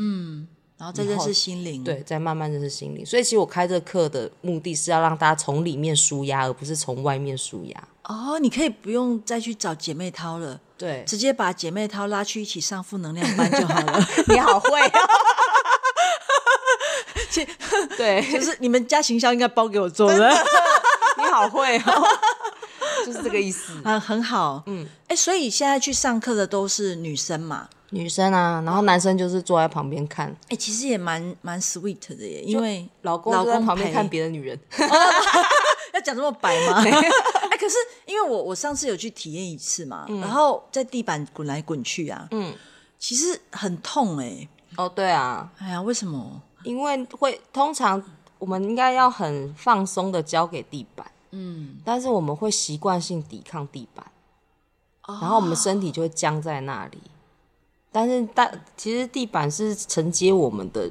S1: 然后再认识心灵。，
S2: 对，再慢慢认识心理。所以其实我开这个课的目的是要让大家从里面舒压，而不是从外面舒压。
S1: 哦，你可以不用再去找姐妹淘了，
S2: 对，
S1: 直接把姐妹淘拉去一起上负能量班就好了。
S2: 你好会、 哦， 对，
S1: 就是你们家行销应该包给我做的，
S2: 你好会哦， 就是这个意思。
S1: 啊，很好，嗯，哎、所以现在去上课的都是女生嘛，
S2: 女生啊，然后男生就是坐在旁边看，
S1: 哎、其实也蛮蛮 sweet 的耶，因为
S2: 老公
S1: 老
S2: 就在
S1: 公
S2: 旁边
S1: 陪
S2: 看别的女人。
S1: 要讲这么白吗？ 哎，可是因为我我上次有去体验一次嘛，
S2: 嗯
S1: 然后在地板滚来滚去啊，嗯，其实很痛哎、
S2: 哦，对啊，
S1: 哎呀，为什么？
S2: 因为会通常我们应该要很放松的交给地板，嗯，但是我们会习惯性抵抗地板，然后我们身体就会僵在那里。但是大其实地板是承接我们的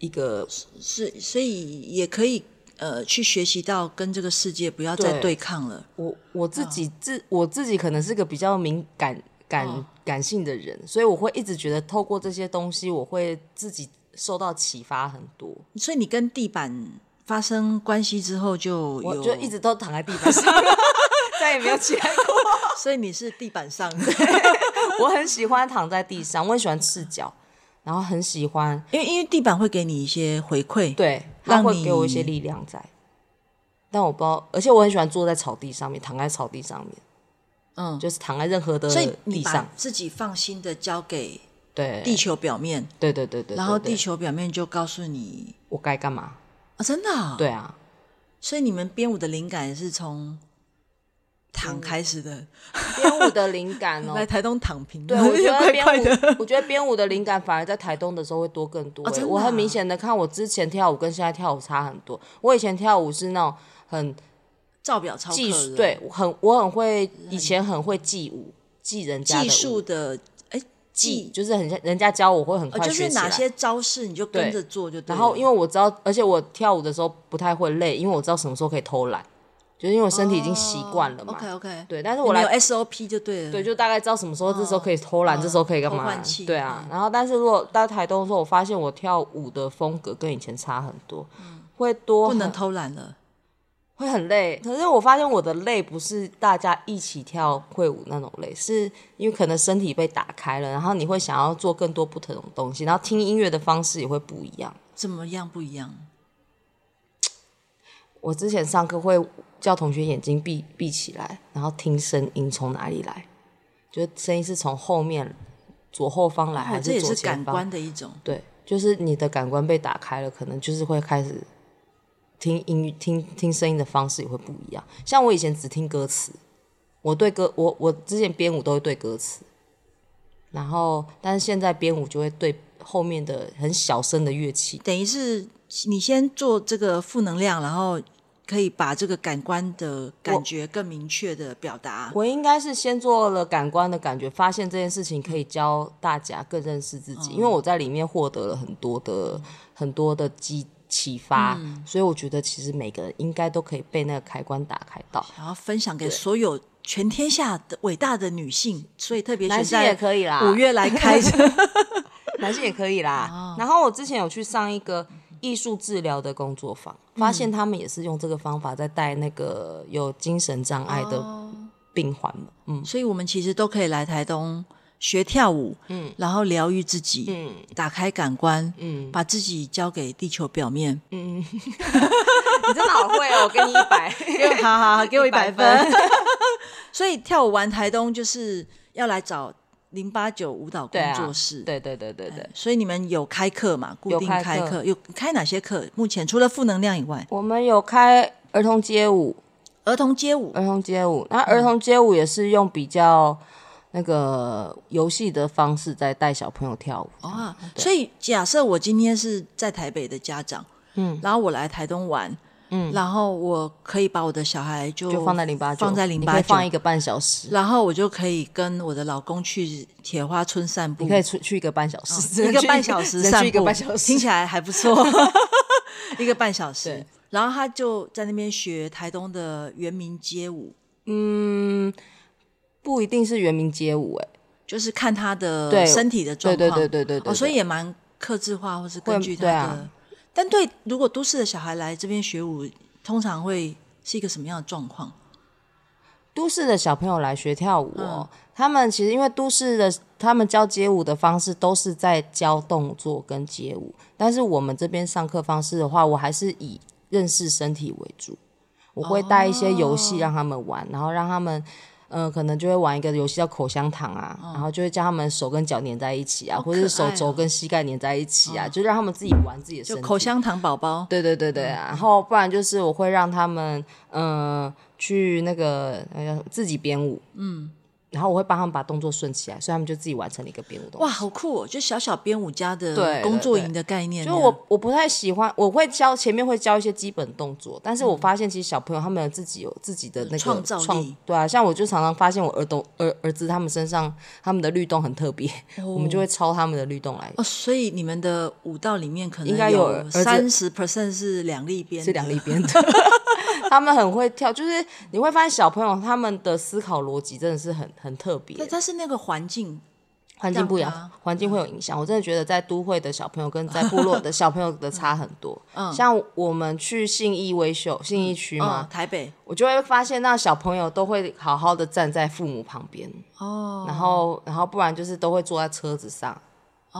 S2: 一个
S1: 是所以也可以呃去学习到跟这个世界不要再
S2: 对
S1: 对抗了。
S2: 我我自己、自我自己可能是个比较敏感感、感性的人，所以我会一直觉得透过这些东西，我会自己受到启发很多。
S1: 所以你跟地板发生关系之后就
S2: 我
S1: 有，
S2: 就一直都躺在地板上， 再也没有起来 过。
S1: 所以你是地板 上的，
S2: 我很喜欢躺在地上，我很喜欢赤脚，然后很喜欢
S1: 因为因为地板会给你一些回馈，，
S2: 对，它
S1: 让
S2: 会给我一
S1: 你
S2: 些力量在。但我不知道，而且我很喜欢坐在草地上面，躺在草地上面，
S1: 嗯，
S2: 就是躺在任何的
S1: 所以你
S2: 呃地
S1: 把
S2: 上，
S1: 自己放心的交给
S2: 对，
S1: 地球表面，
S2: 对对对对，
S1: 然后
S2: 对对
S1: 地球表面就告诉你
S2: 我该干嘛？
S1: 啊、真的、啊，
S2: 对 啊，
S1: 所以你们编舞的灵感是从躺开始的，
S2: 编舞的灵感 哦
S1: 来，台东躺平，
S2: 对，我 觉得
S1: 怪
S2: 编
S1: 怪
S2: 舞，
S1: 的，
S2: 我觉得编舞的灵感反而在台东的时候会多更多、
S1: 哦
S2: 欸
S1: 真的啊
S2: 我很明显的看，我之前跳舞跟现在跳舞差很多。我以前跳舞是那种很
S1: 照表超
S2: 技
S1: 课
S2: 术，
S1: 的，
S2: 对，我很我很会，以前很会记舞，记人家的舞
S1: 技术的，哎，
S2: 记，
S1: 技
S2: 就是很像人家教我会很
S1: 呃
S2: 快
S1: 就
S2: 学
S1: 是
S2: 起来。
S1: 哪些招式你就跟
S2: 对
S1: 着做就对
S2: 然
S1: 了，
S2: 后因为我知道，而且我跳舞的时候不太会累，因为我知道什么时候可以偷懒，就是因为我身体已经习惯了嘛。
S1: 哦 OK OK，
S2: 对，但是
S1: 你
S2: 我
S1: 们
S2: 来
S1: 有 SOP 就对了，
S2: 对，就大概知道什么时候这时候可以偷懒，
S1: 嗯
S2: 这时候可以干
S1: 偷
S2: 嘛
S1: 换气？嗯
S2: 对啊。然后，但是如果到台东的时候，我发现我跳舞的风格跟以前差很多，会
S1: 嗯
S2: 多
S1: 不能
S2: 很
S1: 偷懒了。
S2: 会很累。可是我发现我的累不是大家一起跳会舞那种累，是因为可能身体被打开了，然后你会想要做更多不同的东西，然后听音乐的方式也会不一样。
S1: 怎么样不一样？
S2: 我之前上课会叫同学眼睛闭闭起来，然后听声音从哪里来，就是声音是从后面左后方来、还
S1: 哦这也
S2: 左
S1: 是
S2: 前
S1: 感
S2: 方？
S1: 官的一种。
S2: 对，就是你的感官被打开了，可能就是会开始听音听听声音的方式也会不一样。像我以前只听歌词，我对歌我我之前编舞都会对歌词，然后但是现在编舞就会对后面的很小声的乐器。
S1: 等于是你先做这个负能量，然后可以把这个感官的感觉更明确的表达。
S2: 我应该是先做了感官的感觉，发现这件事情可以教大家更认识自
S1: 嗯
S2: 己，因为我在里面获得了很多的很多的激启发，
S1: 嗯
S2: 所以我觉得其实每个人应该都可以被那个开关打开到。
S1: 然后分享给所有全天下的伟大的女性，所以特别
S2: 男
S1: 选
S2: 性
S1: 在
S2: 也可以啦
S1: 五月来开始
S2: 男性也可以
S1: 哦
S2: 啦。然后我之前有去上一个艺术治疗的工作坊，发
S1: 嗯
S2: 现他们也是用这个方法在带那个有精神障碍的
S1: 哦
S2: 病患们。嗯，
S1: 所以我们其实都可以来台东学跳舞，嗯，然后疗愈自己，嗯，打开感官，嗯，把自己交给地球表面。
S2: 你真的好会哦，我给你一百。
S1: 好好 好，给我一百
S2: 100
S1: 分。所以跳舞玩台东就是要来找零八九舞蹈
S2: 对
S1: 工
S2: 啊，
S1: 作室。
S2: 对对对对对。
S1: 所以你们有开课嘛？固定
S2: 开
S1: 开
S2: 课
S1: 课，有开哪些课？目前除了负能量以外，
S2: 我们有开儿童街舞，
S1: 儿童街舞
S2: 儿童街舞，那
S1: 嗯
S2: 儿童街舞也是用比较那个游戏的方式在带小朋友跳舞。
S1: 啊。所以假设我今天是在台北的家长，嗯，然后我来台东玩，嗯，然后我可以把我的小孩就
S2: 就放在零八九，
S1: 放在
S2: 你
S1: 零
S2: 可
S1: 八
S2: 以
S1: 九
S2: 放，一个半小时，
S1: 然后我就可以跟我的老公去铁花村散步，哦
S2: 你可以出去一个半小时，只 能
S1: 一个
S2: 去
S1: 半小 时
S2: 只能
S1: 散
S2: 去
S1: 步，
S2: 一个半小时，
S1: 听起来还不 错，一个半小时
S2: 对。
S1: 然后他就在那边学台东的原民街舞，
S2: 嗯，不一定是原名街舞、欸，
S1: 就是看他的
S2: 对
S1: 身体的状
S2: 对
S1: 况，
S2: 对对对对对，
S1: 哦，所以
S2: 对
S1: 也蛮克制化，或是根据他
S2: 对
S1: 的。
S2: 啊
S1: 但对，如果都市的小孩来这边学舞，通常会是一个什么样的状况？
S2: 都市的小朋友来学跳舞、哦，
S1: 嗯
S2: 他们其实因为都市的他们教街舞的方式都是在教动作跟街舞，但是我们这边上课方式的话，我还是以
S1: 哦
S2: 认识身体为主，我会带一些游戏让他们玩，然后让他们。呃，可能就会玩一个游戏叫口香糖啊，然后就会叫他们手跟脚粘在一起啊，或者
S1: 嗯
S2: 是
S1: 可
S2: 手
S1: 爱
S2: 肘
S1: 哦嗯
S2: 跟膝盖粘在一起啊，就让他们自己玩自己的身
S1: 就
S2: 体。
S1: 口香糖宝宝，
S2: 对对对对，
S1: 嗯
S2: 啊然后不然就是我会让他们呃去那个那叫什么自己编舞，嗯，然后我会帮他们把动作顺起来，所以他们就自己完成了一个编舞动作。
S1: 哇，好酷哦！就小小编舞家的
S2: 对
S1: 工作
S2: 对对
S1: 营的概念这
S2: 就
S1: 样，
S2: 我我不太喜欢，我会教前面会教一些基本动作，但是我发现其实小朋友他们有自己有自己的那个
S1: 嗯创造力
S2: 对啊，像我就常常发现我儿童儿儿子他们身上他们的律动很特别，我们就会抄他们的律动来。
S1: 哦，所以你们的舞蹈里面可能
S2: 应该有儿
S1: 有
S2: 子
S1: 三十 percent 是两立边，
S2: 是两立 边的，他们很会跳，就是你会发现小朋友他们的思考逻辑真的是很很特别
S1: 但，但是那个环境
S2: 环境不一
S1: 这样啊
S2: 样
S1: 吗，
S2: 环境会有影响。我真的觉得在都会的小朋友跟在部落的小朋友的差很多。
S1: 嗯
S2: 像我们去信义维秀信义区嘛
S1: 哦，，台北
S2: 我就会发现那小朋友都会好好的站在父母旁边，
S1: 哦，
S2: 然后然后不然就是都会坐在车子上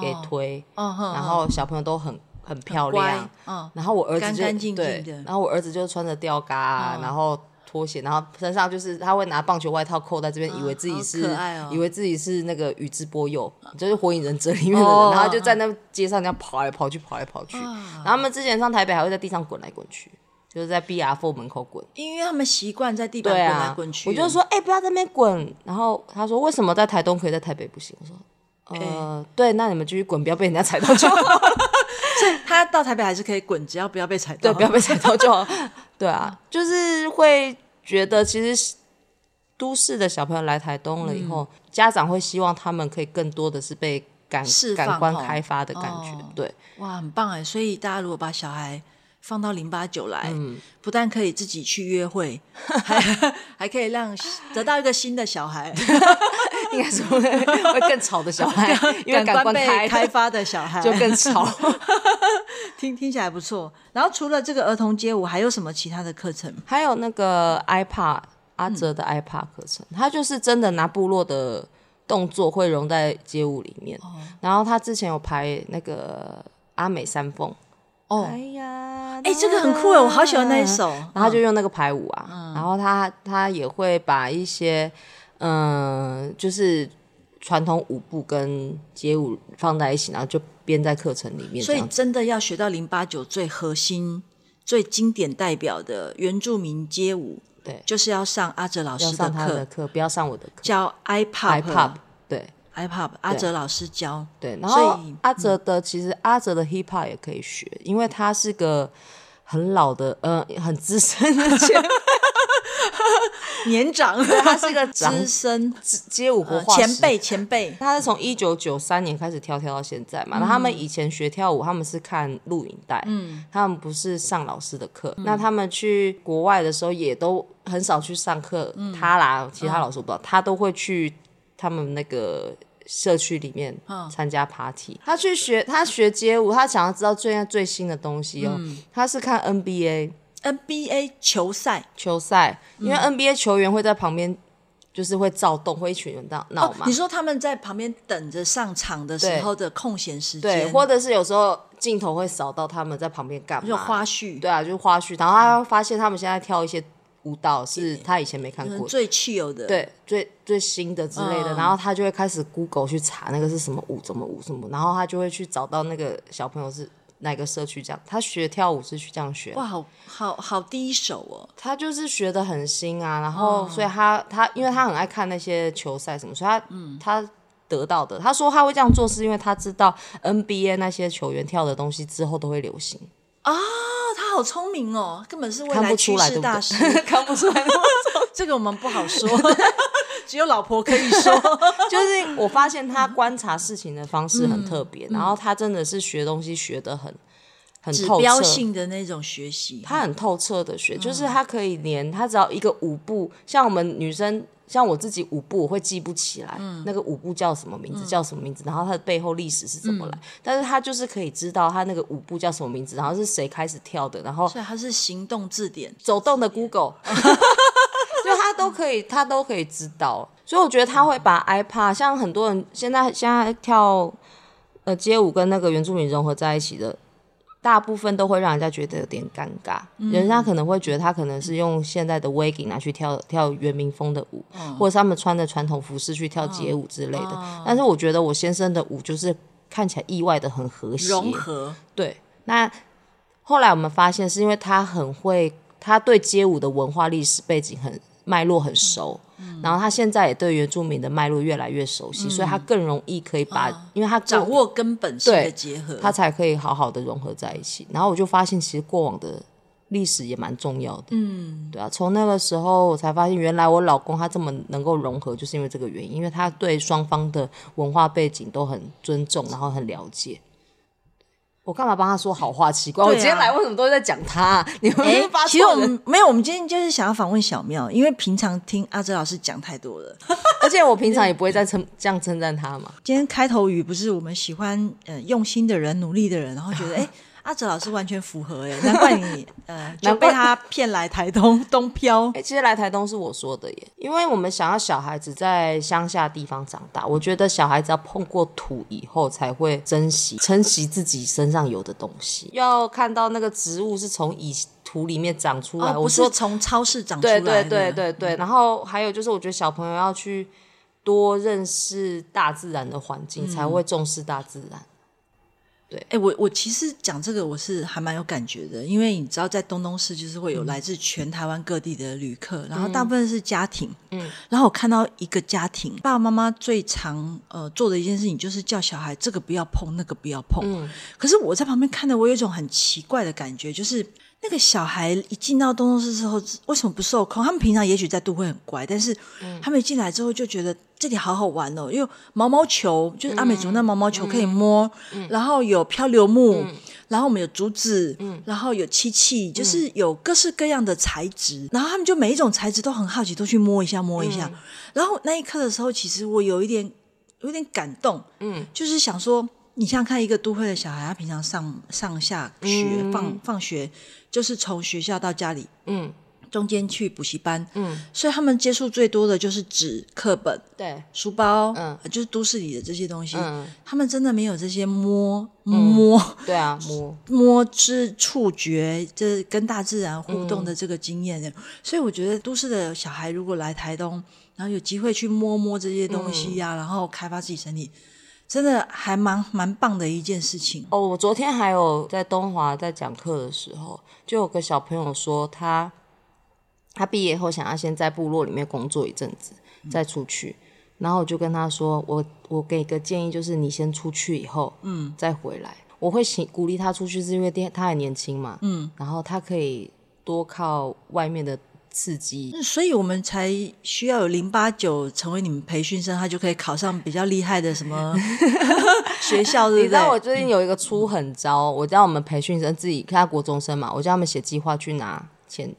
S2: 给推，
S1: 嗯哼，
S2: 然后小朋友都很很漂亮
S1: 乖，，嗯，
S2: 然后我儿子就
S1: 干干净净的哦
S2: 对，然后我儿子就穿着吊嘎啊、然后拖鞋，然后身上就是他会拿棒球外套扣在这边，以为自己是、
S1: 好可爱哦
S2: 以为自己是那个宇智波鼬，就是火影忍者里面的人，
S1: 哦
S2: 然后就在那街上这样跑来跑去，跑来跑去。然后他们之前上台北还会在地上滚来滚去，就是在 B R Four 门口滚。
S1: 因为他们习惯在地板
S2: 对
S1: 滚
S2: 啊
S1: 来，滚去，
S2: 我就说，哎、不要在那边滚。然后他说，为什么在台东可以，在台北不行？我说，
S1: 哎
S2: 呃，对，那你们继续滚，不要被人家踩到就好。
S1: 他到台北还是可以滚，只要不要被踩到，
S2: 对，不要被踩 到就好。对啊，就是会觉得其实都市的小朋友来台东了以后，
S1: 嗯
S2: 家长会希望他们可以更多的是被感
S1: 释放
S2: 感官
S1: 哦
S2: 开发的感觉。
S1: 哦
S2: 对，
S1: 哇，很棒哎！所以大家如果把小孩放到零八九来，
S2: 嗯
S1: 不但可以自己去约 会，还还可以让得到一个新的小孩，
S2: 应该是会会更吵的小 孩，因为
S1: 感
S2: 官
S1: 被
S2: 开
S1: 开发的小孩，
S2: 就更 吵。
S1: 听听起来不错。然后除了这个儿童街舞，还有什么其他的课程？
S2: 还有那个 iPad 阿哲的
S1: 嗯
S2: iPad 课程，他就是真的拿部落的动作会融在街舞里面。
S1: 哦
S2: 然后他之前有排那个阿美三凤。
S1: 哦
S2: 哎呀，
S1: 哎，这个很
S2: 欸
S1: 酷哎，我好喜欢那一首。嗯
S2: 然后他就用那个排舞啊，然后他他也会把一些嗯、呃就是传统舞步跟街舞放在一起，然后就编在课程里面这
S1: 所以
S2: 样子。
S1: 真的要学到零八九最核心、最经典代表的原住民街舞，
S2: 对，
S1: 就是要上阿哲老
S2: 要
S1: 师
S2: 上他的
S1: 课，
S2: 课，不要上我的课。
S1: 教
S2: iPad
S1: iPop。
S2: 对
S1: iPop，阿哲老师教，
S2: 对，然后
S1: 所以嗯
S2: 阿哲的、其实阿哲的 hip hop 也可以学，因为他是个很老的呃很资深的街 舞，
S1: 年长，
S2: 他 是个长
S1: 资深
S2: 街舞活
S1: 呃
S2: 化石
S1: 前辈前辈，
S2: 他是从一九九三年开始跳跳到现在嘛。那、他们以前学跳舞，他们是看录影带，嗯，他们不是上老师的课。那他们去国外的时候，也都很少去上课。他啦，其他老师我不知道，他都会去他们那个。社区里面参加 party，、他去学他学街舞，他想要知道最近最新的东西哦。他是看 NBA
S1: NBA 球赛
S2: 球赛，因为 NBA 球员会在旁边，就是会躁动，会一群人闹闹
S1: 哦
S2: 嘛。，
S1: 你说他们在旁边等着上场的时
S2: 对
S1: 候的空闲时
S2: 对，
S1: 间，
S2: 或者是有时候镜头会扫到他们在旁边干
S1: 就
S2: 嘛？
S1: 花絮，
S2: 对啊，就是花絮，然后他会发现他们现在跳一些舞蹈是他以前没看
S1: 可能
S2: 过的。
S1: 最 chill 的，，
S2: 对，最最新的之类的，
S1: 嗯
S2: 然后他就会开始 Google 去查那个是什么舞，怎么舞什么，然后他就会去找到那个小朋友是哪个社区这样，他学跳舞是去这样学的，
S1: 哇，好好好第一手哦，
S2: 他就是学的很新啊，然后所以他他因为他很爱看那些球赛什么，所以他、
S1: 嗯
S2: 他得到的，他说他会这样做是因为他知道 NBA 那些球员跳的东西之后都会流行，
S1: 哦，他好聪明哦，根本是未
S2: 看
S1: 来
S2: 不出
S1: 趋
S2: 来
S1: 势
S2: 对不
S1: 大师，
S2: 对？ 看不出来，
S1: 这个我们不好说，只有老婆可以说，
S2: 就是我发现他观察事情的方式
S1: 嗯
S2: 很特别，然后他真的是学东西学的很很
S1: 指
S2: 透彻，
S1: 标性的那种学习，
S2: 他很透彻的学，就是他可以连他只要一个舞步，像我们女生，像我自己舞步我会记不起来，那个舞步叫什么名字，叫什么名字，然后它的背后历史是怎么来，但是他就是可以知道他那个舞步叫什么名字，然后是谁开始跳的，然后
S1: 所以他是行动字典，
S2: 走动的 Google，就他都可以，他都可以知道，所以我觉得他会把 iPad，像很多人现在现在跳呃街舞跟那个原住民融合在一起的。大部分都会让人家觉得有点尴尬，
S1: 嗯
S2: 人家可能会觉得他可能是用现在的 wagging 拿去跳跳原民风的舞，
S1: 嗯
S2: 或者是他们穿着传统服饰去跳街舞之类的。但是我觉得我先生的舞就是看起来意外的很和谐，
S1: 融合
S2: 对，那后来我们发现是因为他很会，他对街舞的文化历史背景很脉络很熟，
S1: 嗯
S2: 然后他现在也对原住民的脉络越来越熟悉，所以他更容易可以把，因为他
S1: 嗯掌
S2: 过
S1: 握根本性的
S2: 对
S1: 结合，
S2: 他才可以好好的融合在一起。然后我就发现，其实过往的历史也蛮重要的。嗯，对啊，从那个时候我才发现，原来我老公他这么能够融合，就是因为这个原因，因为他对双方的文化背景都很尊重，然后很了解。我干嘛帮他说好话？奇怪，
S1: 对啊
S2: 我今天来为什么都在讲他、你们
S1: 哎、
S2: 是发
S1: 其实
S2: 错
S1: 我
S2: 人。
S1: 们没有，我们今天就是想要访问小妙，因为平常听阿哲老师讲太多 了。
S2: 而且我平常也不会再称这样称赞他嘛。
S1: 今天开头语不是我们喜欢呃用心的人、努力的人，然后觉 得哎。阿哲老师完全符合哎，难怪你呃就
S2: 难
S1: 被
S2: 怪
S1: 他骗来台东东漂
S2: 哎、。其实来台东是我说的耶，因为我们想要小孩子在乡下地方长大，我觉得小孩子要碰过土以后才会珍惜、珍惜自己身上有的东西，要看到那个植物是从以土里面长出来。
S1: 哦，
S2: 我
S1: 不是
S2: 说
S1: 从超市长出来
S2: 对
S1: 的，
S2: 对对对对，然后还有就是，我觉得小朋友要去多认识大自然的环境，才会重视大自然。
S1: 哎、我我其实讲这个我是还蛮有感觉的，因为你知道在东东市就是会有来自全台湾各地的旅客，然后大部分是家庭，嗯，然后我看到一个家庭，爸爸妈妈最常呃做的一件事情就是叫小孩这个不要碰，那个不要碰，可是我在旁边看的，我有一种很奇怪的感觉，就是。那个小孩一进到东东市之后，为什么不受控？他们平常也许在都会很乖，但是他们一进来之后就觉得这里好好玩哦，因为毛毛球就是阿美族那毛毛球可以摸，然后有漂流木，然后我们有竹子，
S2: 嗯
S1: 然后有漆器，就是有各式各样的材质，然后他们就每一种材质都很好奇，都去摸一下摸一
S2: 嗯
S1: 下。然后那一刻的时候，其实我有一点有点感动，嗯，就是想说，你想想看，一个都会的小孩，他平常上上下学、放放学，就是从学校到家里，
S2: 嗯
S1: 中间去补习班，
S2: 嗯，
S1: 所以他们接触最多的就是纸、课本、
S2: 对，
S1: 书包，
S2: 嗯
S1: 呃就是都市里的这些东西，
S2: 嗯
S1: 他们真的没有这些摸摸。
S2: 对啊，摸。
S1: 摸之触觉，这跟大自然互动的这个经验、所以我觉得都市的小孩如果来台东，然后有机会去摸摸这些东西呀、然后开发自己身体，真的还蛮蛮棒的一件事情。
S2: 哦，我昨天还有在东华在讲课的时候，就有个小朋友说他他毕业后想要先在部落里面工作一阵子，再出去。然后我就跟他说，我我给个建议，就是你先出去以后，嗯，再回来。我会请鼓励他出去，是因为他还年轻嘛，嗯，然后他可以多靠外面的刺激，
S1: 嗯所以我们才需要有零八九成为你们培训生，他就可以考上比较厉害的什么学校，对
S2: 嗯你
S1: 不
S2: 知道我
S1: 对？
S2: 最近有一个出狠招，我叫我们培训生自己，看他国中生嘛，我叫他们写计划去拿钱，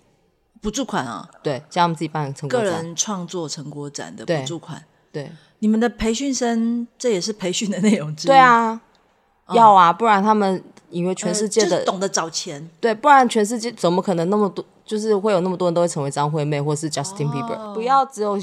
S1: 补助款啊，
S2: 对，叫他们自己办成果
S1: 个
S2: 展。
S1: 人创作成果展的
S2: 对
S1: 补助款。
S2: 对
S1: 你们的培训生，这也是培训的内容之一。
S2: 对啊，要啊，不然他们以为全世界
S1: 嗯呃就
S2: 的、
S1: 是懂得找钱，
S2: 对，不然全世界怎么可能那么多，就是会有那么多人都会成为张惠妹或是 Justin Bieber？、不
S1: 哦
S2: 要只有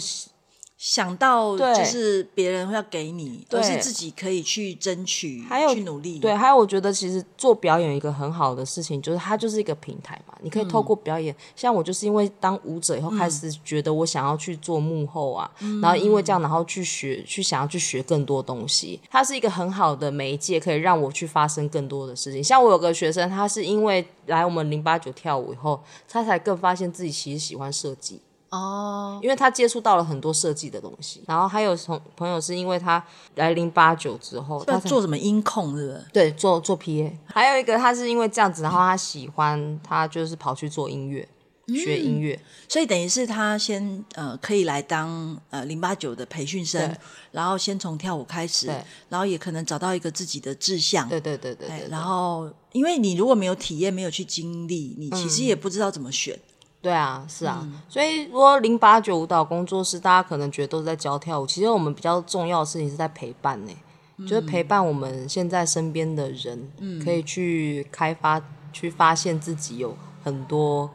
S1: 想到
S2: 对
S1: 就是别人要给你，
S2: 对
S1: 而是自己可以去争取，
S2: 还有
S1: 去努力。
S2: 对，，还有我觉得其实做表演有一个很好的事情，就是它就是一个平台嘛，你可以透
S1: 嗯
S2: 过表演，像我就是因为当舞者以后开始觉得我想要去做幕后啊，
S1: 嗯
S2: 然后因为这样，然后去学，去想要去学更多东西，它是一个很好的媒介，可以让我去发生更多的事情。像我有个学生，他是因为来我们零八九跳舞以后，他才更发现自己其实喜欢设计。
S1: 哦，
S2: 因为他接触到了很多设计的东西，然后还有从朋友是因为他来零八九之后，他
S1: 要
S2: 才
S1: 做什么音控，是不是？
S2: 对，做做 PA，还有一个他是因为这样子，然后他喜欢，他就是跑去做音乐，
S1: 嗯
S2: 学音乐，
S1: 所以等于是他先呃可以来当呃零八九的培训生
S2: 对，
S1: 然后先从跳舞开始
S2: 对，
S1: 然后也可能找到一个自己的志向。
S2: 对对对对
S1: 哎
S2: 对，
S1: 然后因为你如果没有体验，没有去经历，你其实也
S2: 嗯
S1: 不知道怎么选。
S2: 对啊，是啊，
S1: 嗯
S2: 所以如果零八九舞蹈工作室，大家可能觉得都是在教跳舞，其实我们比较重要的事情是在陪伴呢、
S1: 嗯
S2: 就是陪伴我们现在身边的人，可以去开发、去发现自己有很多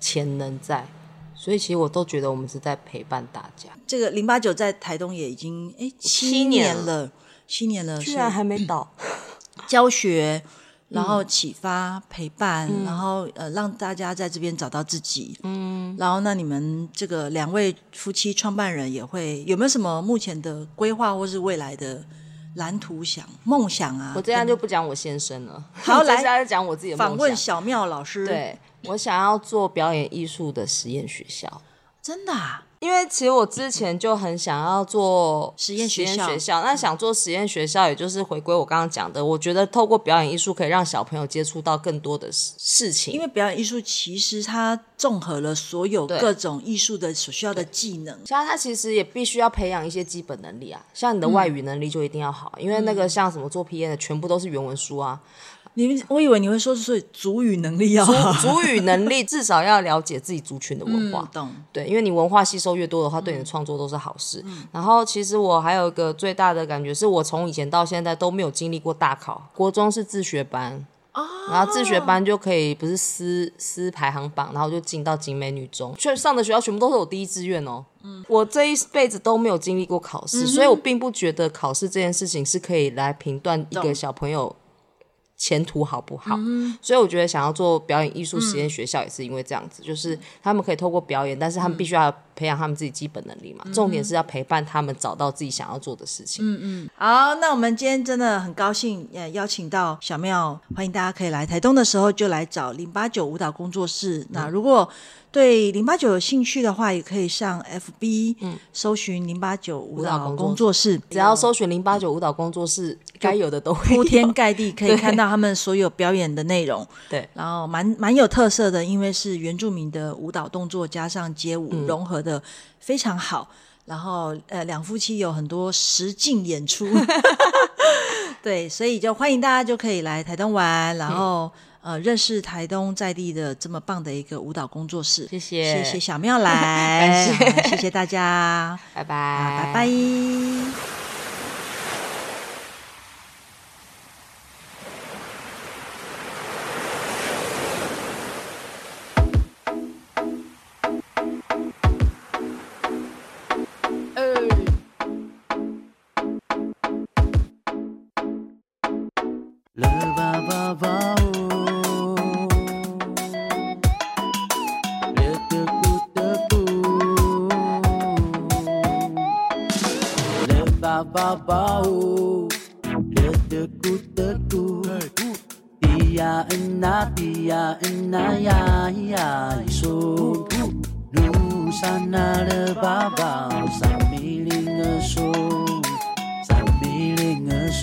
S2: 潜能在，所以其实我都觉得我们是在陪伴大家，
S1: 这个零八九在台东也已经哎七
S2: 年
S1: 了，七年了，
S2: 居
S1: 是
S2: 然还没倒，
S1: 教学、然后启发、陪伴，
S2: 嗯
S1: 然后呃，让大家在这边找到自己。嗯，然后那你们这个两位夫妻创办人也会有没有什么目前的规划或是未来的蓝图想梦想啊？
S2: 我这样就不讲我先生 了，
S1: 好
S2: 我接
S1: 来
S2: 下来就讲我自己的
S1: 访
S2: 梦
S1: 问
S2: 想。
S1: 小妙老师，，
S2: 对，我想要做表演艺术的实验学校。
S1: 真的、啊，
S2: 因为其实我之前就很想要做
S1: 实验学
S2: 学
S1: 校
S2: 那想做实验学校，也就是回归我刚刚讲的，我觉得透过表演艺术可以让小朋友接触到更多的事事情。
S1: 因为表演艺术其实它综合了所有
S2: 对
S1: 各种艺术的所需要的技能。
S2: 像他其实也必须要培养一些基本能力啊，像你的
S1: 嗯
S2: 外语能力就一定要好，因为那个像什么做 P N 的全部都是原文书啊，
S1: 你们，我以为你会说，所以主语能力要好。
S2: 主语能力至少要了解自己族群的文化。
S1: 嗯嗯懂。
S2: 对，因为你文化吸收越多的话，对你的创作都是好事。然后，其实我还有一个最大的感觉是，我从以前到现在都没有经历过大考。国中是自学班，
S1: 哦
S2: 然后自学班就可以不是撕撕排行榜，然后就进到景美女中，却上的学校全部都是我第一志愿哦。
S1: 嗯
S2: 我这一辈子都没有经历过考试，所以我并不觉得考试这件事情是可以来评断一个
S1: 懂
S2: 小朋友前途好不好。
S1: 嗯
S2: 所以我觉得想要做表演艺术实验学校也是因为这样子，就是他们可以透过表演，但
S1: 嗯
S2: 是他们必须要培养他们自己基本能力嘛。重点是要陪伴他们找到自己想要做的事情。
S1: 嗯好，那我们今天真的很高兴，呃，邀请到小妙，欢迎大家可以来台东的时候就来找零八九舞蹈工作室。那如果对零八九有兴趣的话，也可以上 FB，嗯，搜寻零八九舞
S2: 蹈
S1: 蹈
S2: 工作
S1: 工作室，
S2: 只要搜寻零八九舞蹈工作室，该有的都会有
S1: 铺天盖地可以看到他们所有表演的内容。
S2: 对。
S1: 然后蛮蛮有特色的，因为是原住民的舞蹈动作加上街舞、
S2: 嗯
S1: 融合的非常好。然后呃，两夫妻有很多实境演 出，对，所以就欢迎大家就可以来台东玩，然
S2: 嗯
S1: 后、呃认识台东在地的这么棒的一个舞蹈工作室。
S2: 谢谢
S1: 谢谢小妙来，
S2: 感谢
S1: 好谢谢大家，
S2: 拜拜，
S1: 啊，
S2: 拜
S1: 拜拜。
S4: La va va va oh. Le te pou te pou. Le va va va oh. Le te pou te pou. Tia na tia na ya ya iso. Nu sana le va va sa mi ling so. 在迷恋的手，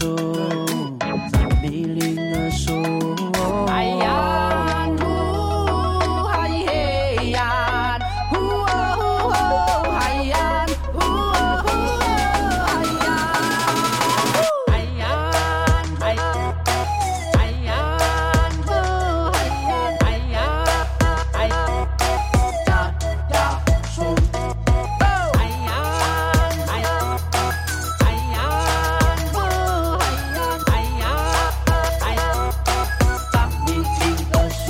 S4: 在迷恋的手。哎呀，呜嗨嘿呀，呜哦哦嗨呀，呜哦哦嗨呀，哎呀哎哎呀，哦哎呀哎呀哎呀呀手，哎呀哎呀。哎呀，哦，哎呀，哎呀，哎呀，张明明的树，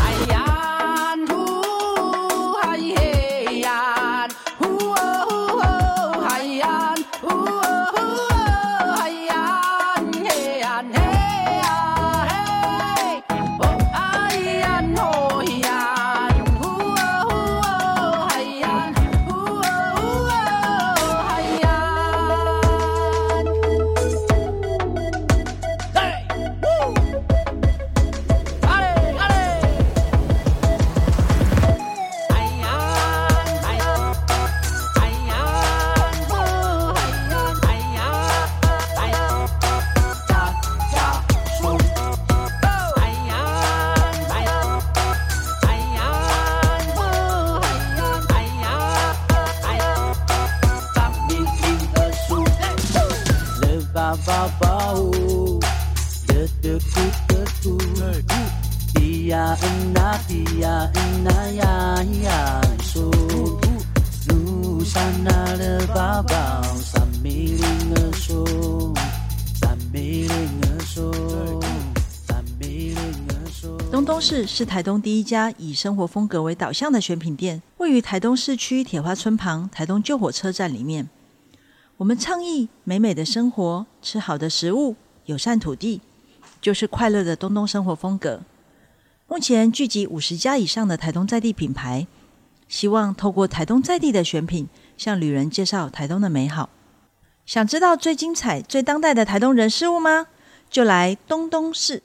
S4: 哎呀，呼，哎嘿呀，呼哦呼哦，哎呀，呼哦呼哦，哎呀，嘿呀嘿呀嘿，哦哎呀哦呀，呼哦呼哦，哎呀，呼哦呼哦，哎呀。Hey! Woo! Allez, allez! Ba-ba-ba-oh, da-da-doo-da-doo. Tia ina tia ina ya ya so nu sana le baba samiling a so samiling a so samiling a so
S1: 东东市是台东第一家以生活风格为导向的选品店，位于台东市区铁花村旁台东旧火车站里面。我们倡议美美的生活，吃好的食物，友善土地，就是快乐的东东生活风格。目前聚集五十家以上的台东在地品牌，希望透过台东在地的选品，向旅人介绍台东的美好。想知道最精彩、最当代的台东人事物吗？就来东东市。